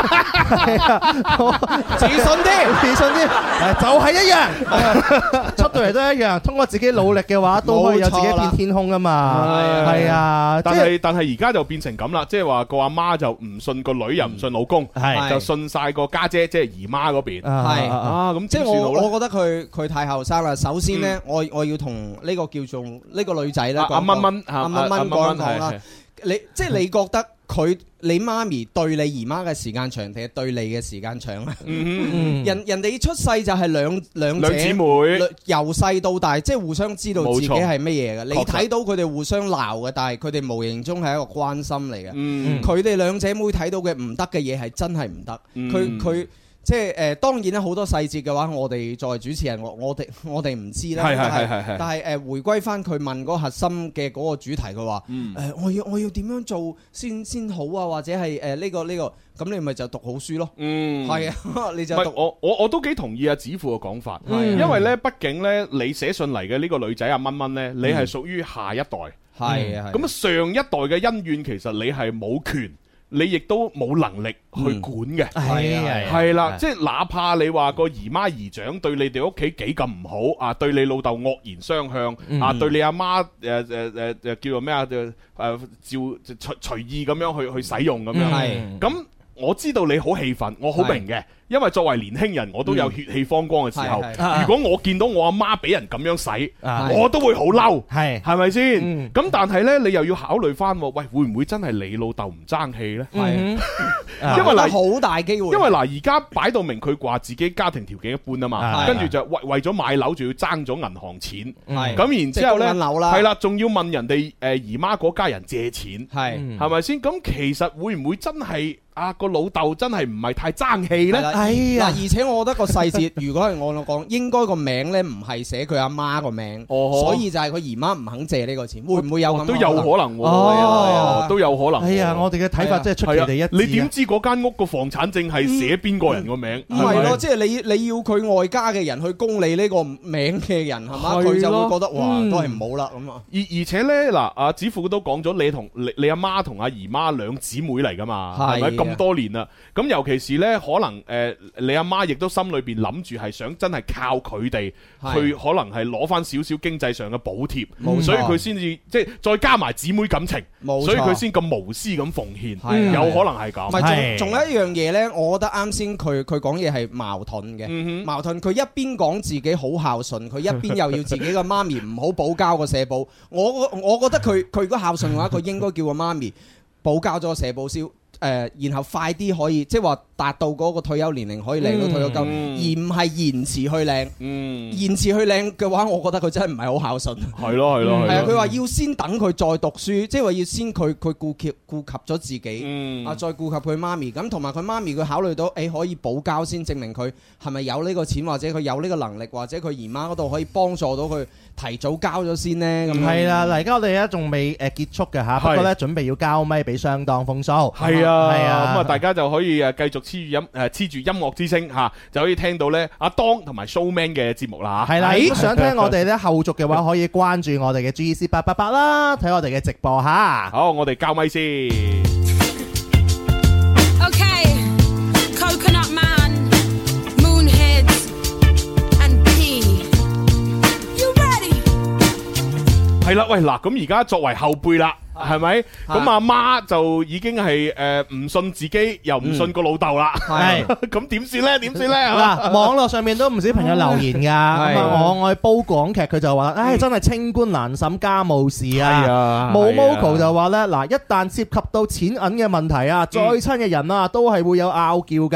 G: 係啊我
I: 自 信啲，
G: 自信啲，係就係一樣，出到嚟都一樣。通過自己努力嘅話，都可以有自己一片天空啊嘛。係啊，即
F: 但
G: 係
F: 係但係而家就變成咁啦，即係話個阿媽就唔信個女，又唔信老公，
G: 係
F: 就信晒個家姐，即係姨媽嗰邊。
I: 係
F: 啊，咁
I: 即係
F: 點算好
I: 我
F: 咧
I: 我覺得佢佢太後生啦。首先呢，我我要同呢個叫做呢個女仔咧，
F: 啊阿
I: 講
F: 蚊蚊啊
I: 阿蚊蚊
F: 啊蚊蚊
I: 講一講啦
F: 係係。
I: 你即係你覺得佢你媽咪對你姨媽嘅時間長，定係對你嘅時間長啊？
F: 嗯
I: 人人哋出世就係兩兩
F: 兩
I: 姐
F: 姊妹
I: 兩由細到大，即係互相知道自己
F: 冇錯
I: 係乜嘢嘅。你
F: 確實
I: 睇到佢哋互相鬧嘅，但係佢哋無形中係一個關心嚟嘅。
F: 嗯
I: 佢哋兩姐妹睇到嘅唔得嘅嘢係真係唔得，
F: 嗯
I: 佢佢。即係誒、呃，當然啦，好多細節嘅話，我哋作為主持人，我我哋 我哋唔知啦。
F: 係係
I: 但
F: 係係係
I: 但係誒、呃回歸翻佢問嗰個核心嘅嗰個主題，佢話
F: 嗯
I: 誒，我要我要點樣做先先好啊？或者係誒呢個呢、個，咁你咪就讀好書咯。
F: 嗯
I: 係啊， 你就
F: 唔係
I: 讀。
F: 我我我都幾同意阿子富嘅講法，
I: 嗯
F: 因為呢，畢竟呢，你寫信嚟嘅呢個女仔阿蚊蚊呢，你係屬於下一代，
I: 係啊係啊
F: 咁上一代嘅恩怨其實你係冇權。你亦都冇能力去管嘅，
G: 係啊係啊
F: 係
G: 係啊
F: 啦，即係哪怕你話個姨媽姨丈對你哋屋企幾咁唔好啊，對你老豆惡言相向啊，
G: 嗯
F: 對你阿媽誒誒誒誒叫做咩啊誒誒照隨隨意咁樣去去使用咁樣，
I: 嗯係
F: 咁我知道你好氣憤，我好明嘅。因為作為年輕人，我都有血氣方剛嘅時候
E: 係係。
F: 如果我見到我阿媽俾人咁樣洗，
G: 嗯
E: 啊
F: 我都會好嬲，
E: 係
F: 係咪先？咁但係呢，你又要考慮翻，喂，會唔會真係你老豆唔爭氣呢？
I: 係
F: 啊因為嗱
I: 好大機會，
F: 因為嗱，而家擺到明佢話自己家庭條件一般啊嘛，
I: 係
F: 跟住就為為咗買樓，仲要爭咗銀行錢，
G: 嗯
I: 係
F: 咁然之後
I: 即係供
F: 咧，
I: 緊樓啦
F: 係啦，仲要問人哋誒姨媽嗰家人借錢，
G: 嗯
I: 係
F: 係咪先？咁其實會唔會真係啊個老豆真係唔係太爭氣
I: 係
F: 呢？
I: 啦嗱而且我覺得個細節， 如果係我講，應該個名咧唔係寫佢阿媽個名，
F: 哦
I: 所以就係佢姨媽唔肯借呢個錢，會唔會有咁？
F: 都有可能喎，ờ,
I: 哦
F: 都有可能喎。
G: 哎呀我哋嘅睇法真係出奇地一致
F: 係
G: 啊
F: 啊你點知嗰間屋個房產證係寫邊個人個名？
I: 唔係
F: 咪
I: 咯，即係你你要佢外家嘅人去供你呢個名嘅人係嘛，
F: 係
I: 佢就
F: 咯
I: 會覺得哇
F: 嗯
I: 都係唔好啦咁啊。
F: 而而且咧嗱，阿子富都講咗，你同你你阿媽同阿姨媽兩姊妹嚟噶嘛，係
I: 係
F: 咪
I: 啊
F: 咁多年啦？咁尤其是咧，可能誒、呃你阿媽亦都心裏邊諗住係想真係靠佢哋
E: 係
F: 去，可能係攞翻少少經濟上嘅補貼，
E: 冇錯
F: 所以佢先
G: 嗯
F: 至即係再加埋姊妹感情，
I: 冇錯
F: 所以佢先咁無私咁奉獻，
I: 係
F: 有可能係咁。
I: 唔係，仲仲有一樣嘢呢，我覺得啱先佢佢講嘢係矛盾嘅，
F: 嗯
I: 矛盾。佢一邊講自己好孝順，佢一邊又要自己個媽咪唔好補交個社保。我我覺得佢佢如果孝順嘅話，佢應該叫個媽咪補交咗個社保先。誒、然後快啲可以，即係話達到嗰個退休年齡可以領到退休金，
F: 嗯
I: 而唔係延遲去領。
F: 嗯
I: 延遲去領嘅話，我覺得佢真係唔係好孝順。
F: 係咯係咯
I: 係啊！
F: 係咯
I: 佢話要先等佢再讀書，即係話要先佢佢顧及顧及咗自
F: 嗯
I: 己，啊再顧及佢媽咪。咁同埋佢媽咪，佢考慮到誒可以補交先，證明佢係咪有呢個錢，或者佢有呢個能力，或者佢姨媽嗰度可以幫助到佢提早交咗先呢。咁樣
G: 係啦，嗱，而家我哋咧仲未誒結束嘅嚇，不過咧準備要交咪俾相當風騷。
F: 係啊，
G: 係啊，
F: 咁啊，大家就可以誒繼續黐住音誒黐住音樂之聲嚇，就可以聽到咧阿當同埋 Showman 嘅節目啦嚇。
G: 係啦，如果想聽我哋
F: 咧，
G: 咧後續嘅話，可以關注我哋嘅 GEC 八八八啦，睇我哋嘅直播 嚇。
F: 好，我哋交咪先。
M: Okay, Coconut Man, Moonheads, and P. You ready?
F: 係啦，喂嗱，咁而家作為後輩啦。係咪？咁阿媽就已經係誒唔信自己，又唔信個老豆啦。
G: 嗯 係
F: 咁點算咧？點算咧？
G: 嗱，網絡上面都唔少朋友留言㗎，咁啊我愛煲港劇，佢就話：，唉，真係清官難審家務事
F: 係啊
G: 啊！冇
F: 係啊
G: Moco 就話咧，嗱，一旦涉及到錢銀嘅問題啊，再親嘅人啊，都係會有拗撬㗎。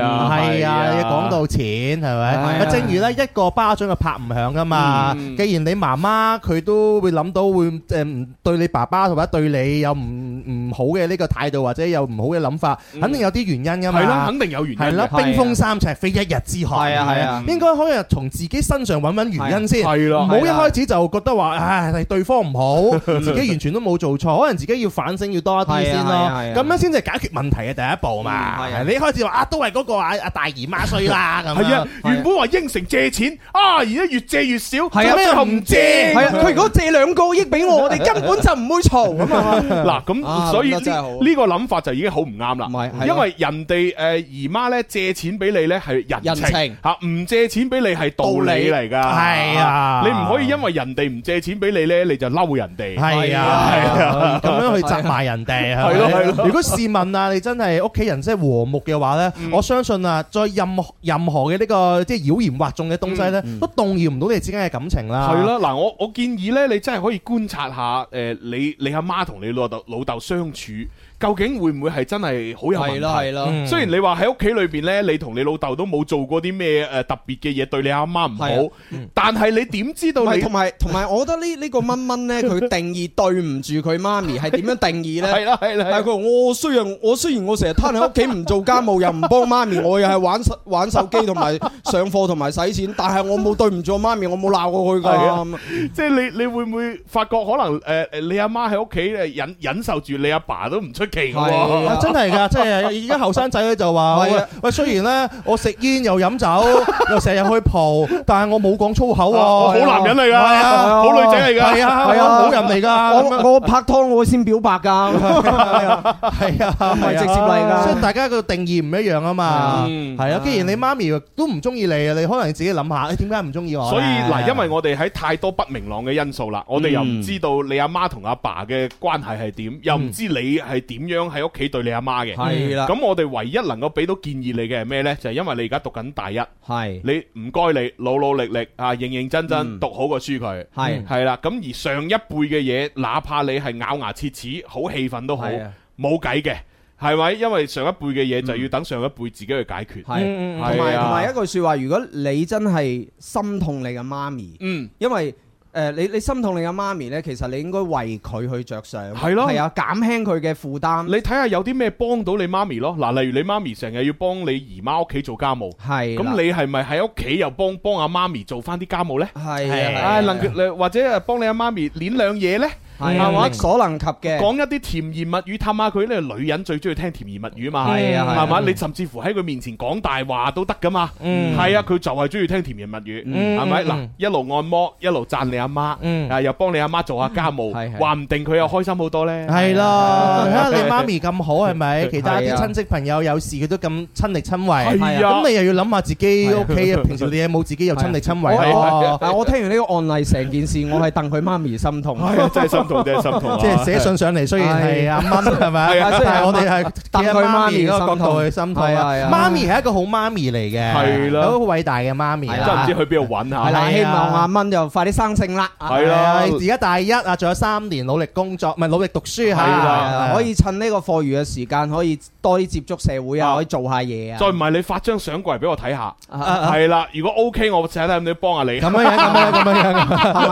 F: 嗯係啊
G: 係
F: 係啊
G: 啊，你講到錢係咪？
F: 係啊嗯
G: 啊正如咧，一個巴掌就拍唔響㗎嘛。既然你媽媽佢都會諗到會誒唔對你爸爸或者對你有唔唔好嘅呢個態度，或者有唔好嘅諗法，肯定有啲原因㗎
F: 嗯
G: 嘛。
F: 係啦肯定有原因
G: 係啦，
F: 嘅
G: 冰封三尺非一日之寒。
F: 啊係啊係啊
G: 應該可以從自己身上揾揾原因先。
F: 係啊咯
G: 唔好一開始就覺得話，唉，係對方 唔好，自己完全都冇做錯，可能自己要反省要多一啲先
I: 係
G: 咯
I: 啊係啊。係啊
G: 咁樣先至係解決問題嘅第一步嘛。你一開始話啊，都係嗰個啊啊大姨媽衰 啦咁樣。
F: 係啊，原本話應承借錢啊，而家越借越少，
G: 係啊
F: 最後唔借。
I: 係啊！佢如果借兩個億俾我，我哋根本就唔會嘈咁
F: 嗱，
I: 啊！
F: 咁
I: 啊
F: 所以呢
I: 諗得真係好
F: 呢個諗法就已經好唔啱啦，
I: 係
F: 因
I: 咯
F: 為人哋誒姨媽咧借錢俾你咧係人
I: 人
F: 情
I: 情
F: 嚇，唔借錢俾你係道理嚟㗎，
G: 係啊
F: 你唔可以因為人哋唔借錢俾你咧，你就嬲人哋，
G: 係啊，咁樣去責罵人哋
F: 係咯
G: 咪
F: 係咯
G: 如果試問啊，你真係屋企人真係和睦嘅話咧，我相信啊，再任何任何嘅呢個即係妖言惑眾嘅東西咧，都動搖唔到你之間嘅感情啦。
F: 係啦，嗱，我我建議咧，你真係可以觀察下，誒，你你阿媽同你老豆老豆相處，究竟會唔會係真係好有問題？
I: 係咯係咯
F: 嗯雖然你話喺屋企裏邊咧，你同你老豆都冇做過啲咩誒特別嘅嘢對你阿媽唔
I: 係
F: 好，但係你點知道
I: 啊唔係
F: 你
I: 同埋同埋，我覺得呢呢個蚊蚊咧，佢定義對唔住佢媽咪 係啊點樣定義咧？
F: 係啦係啦係啦
I: 但係佢話我雖然我雖然我成日攤喺屋企唔做家務，又唔幫媽咪，我又係玩手 玩手機同埋上課同埋使錢，但係我冇對唔住我媽咪，我冇鬧過佢
F: 係啊
I: 㗎。
F: 即係你你會唔會發覺可能誒誒你阿媽喺屋企誒忍忍受住你阿爸都唔出奇嘅
G: 係啊
F: 喎，
G: 真係㗎，即係而家後生仔咧就話：
F: 係
G: 喂
F: 啊
G: 喂，雖然咧我食煙又飲酒，又成日去蒲，但係我冇講粗口喎。
F: 啊我好男人嚟㗎
G: 係啊
F: 好女仔嚟㗎
G: 係啊，
F: 係
G: 我
F: 啊
G: 好人嚟㗎。
I: 我我拍拖我先表白 㗎。
G: 係啊，
I: 唔係直接嚟㗎
G: 所以大家個定義唔一樣啊嘛。
F: 嗯
G: 係啊，既然你媽咪都唔中意你啊，你可能你自己諗下，你點解唔中
I: 哦
G: 意我呢？
F: 所以嗱，因為我哋喺太多不
I: 嗯
F: 明朗嘅因素啦，我哋又唔知道你阿媽同阿爸嘅關係係點，又唔知你係點樣喺屋企對你阿媽嘅。
I: 嗯係啦
F: 咁我哋唯一能夠俾到建議你嘅係咩呢？就係因為你而家讀緊大一，係你唔該你努努力力啊，認認真真讀好個書佢。
I: 嗯係
F: 係啦，咁而上一輩嘅嘢，哪怕你係咬牙切齒、好氣憤都好
I: 係啊，
F: 冇計嘅。係咪？因為上一輩嘅嘢就要等上一輩自己去解決。
I: 係，
F: 係
I: 嗯同埋
F: 啊
I: 同埋一句説話，如果你真係心痛你嘅媽咪，
F: 嗯，
I: 因為誒你你心痛你嘅媽咪呢，其實你應該為佢去着想，
F: 係咯
I: 係啊，減輕佢嘅負擔。
F: 你睇下有啲咩幫到你媽咪咯？嗱，例如你媽咪成日要幫你姨媽屋企做家務，
I: 係啦
F: 咁你係咪喺屋企又幫幫阿媽咪做翻啲家務呢？
I: 係啊係啊
F: 啊，能夠或者誒幫你阿媽咪攣兩嘢呢？
I: 係啊力所能及嘅
F: 講一啲甜言蜜語氹下佢呢女人最中意聽甜言蜜語嘛，
I: 係啊係啊
F: 係嘛？你甚至乎喺佢面前講大話都得噶嘛，
I: 嗯
F: 係啊，佢就係中意聽甜言蜜語，
I: 嗯
F: 係咪？
I: 嗯
F: 嗱
I: 嗯，
F: 一路按摩，一路讚你阿媽，啊，又幫你阿媽做下家
I: 嗯
F: 務，話唔定佢又開心好多呢。
G: 係咯，睇下你媽咪咁好係咪？其他
F: 係
G: 啲
F: 啊
G: 親戚朋友有事佢都咁親力親為，
I: 係啊
G: 咁你又要諗下自己屋企平時啲嘢冇自己又親力親為
I: 我
G: 喎
I: 我。但我聽完呢個案例成件事，我係戥佢媽咪心痛。
G: 係啊真係心痛真係心痛啊即係寫信上嚟雖然係阿蚊係咪
I: 係啊
G: 但係
I: 雖然阿蚊
G: 我哋係
I: 戥佢媽咪
G: 嗰個角
I: 心痛
G: 度去心痛啊
I: 係啊係啊
G: 媽咪係一個好媽咪嚟嘅，
F: 係啦
G: 有一個偉大嘅媽咪
F: 真
G: 啦
F: 係唔知去邊度揾下。
G: 係啦
I: 希望阿蚊就快啲生性啦。
F: 係啦
G: 係啊而家大一啊，仲有三年努力工作，唔係努力讀書嚇，
I: 啦，啊可以趁呢個課餘嘅時間，可以多啲接觸社會啊，可以做下嘢啊。
F: 再唔係你發張相過嚟俾我睇下，
I: 啊
F: 係啦。如果 OK，我睇睇有冇幫下你。
G: 咁樣樣，咁樣樣，咁樣樣，
I: 係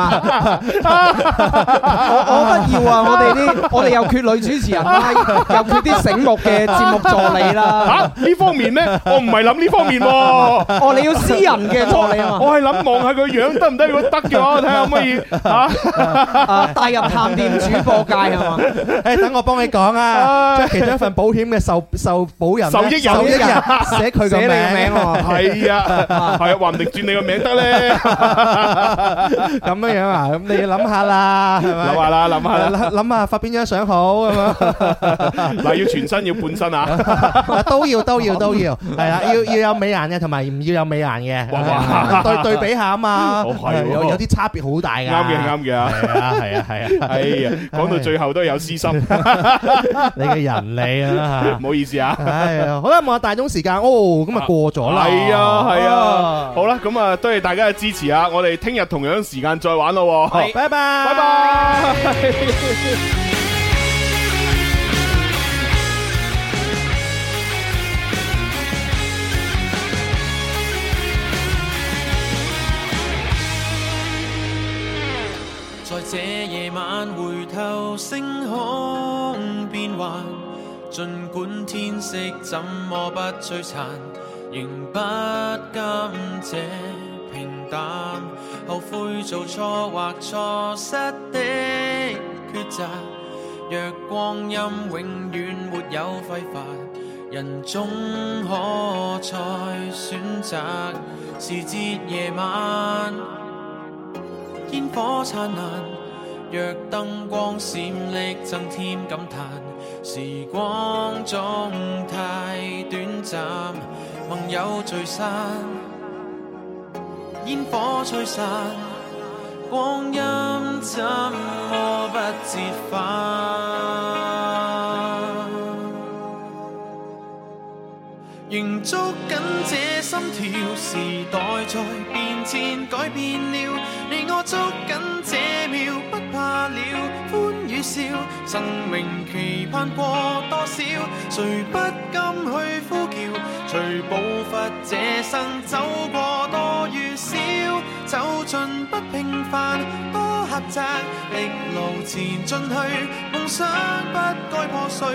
I: 嘛？ 我我覺得要啊！我哋啲我哋又缺女主持 人啦，又缺啲醒目嘅節目助理啦。
F: 嚇呢方面咧，我唔係諗呢方面喎。
I: 哦，你要私人嘅助理啊嘛？
F: 我係諗望下佢樣得唔得？如果得嘅話，我睇下可唔可以
I: 啊帶入探店主播界係嘛？
G: 誒，等我幫你講啊，即係其中一份啊保險嘅受受保人咧，
F: 受益人
G: 受益人寫佢個
F: 寫
G: 名，
F: 你個名喎係啊係啊話唔定轉你個名得咧。
G: 咁樣樣啊，咁你要諗下啦，係咪？
F: 諗下啦諗下啦
G: 諗諗下發邊張相好 咁樣。
F: 嗱，要全身要半身 啊！
G: 啊都要都要都要，係啦，要要有美顏嘅，同埋唔要有美顏嘅，
F: 哇
G: 對對比下啊嘛，
F: 哦係喎
G: 有有啲差別好大㗎。
F: 啱嘅，啱嘅啊！
G: 係啊，係啊，係啊！
F: 哎呀，講到最後都有私心，
G: 你嘅人理啊
F: 唔好意思啊！
G: 唉呀，好啦，望下大鐘時間，哦，咁啊過咗啦。哦
F: 係啊，係啊，好啦，咁啊，多謝大家嘅支持啊！我哋聽日同樣時間再玩咯喎，
G: 拜拜，拜
F: 拜。
J: 在這夜晚回頭星空變幻，儘管天色怎麼不璀璨，仍不甘這平淡。後悔做錯或錯失的抉擇，若光陰永遠沒有揮發，人總可再選擇。時節夜晚。煙火燦爛，若燈光閃爍，增添感嘆。時光總太短暫，盟友聚散，煙火吹散，光陰怎麼不折返？仍捉緊這心跳，時代在變遷，改變了，你我捉緊這秒，不怕了，歡與笑，生命期盼過多少，誰不甘去呼叫，隨步伐這生走過多與少，走進不平凡，多狹窄，力路前進去，夢想不該破碎。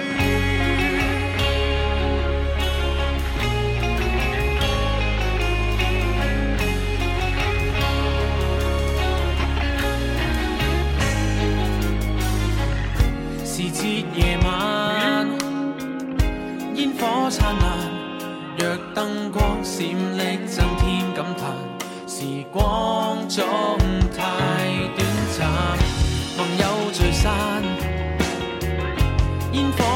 J: 時節夜晚，煙火燦爛，若燈光閃爍，增添感嘆。時光總太短暫，夢有聚散，煙火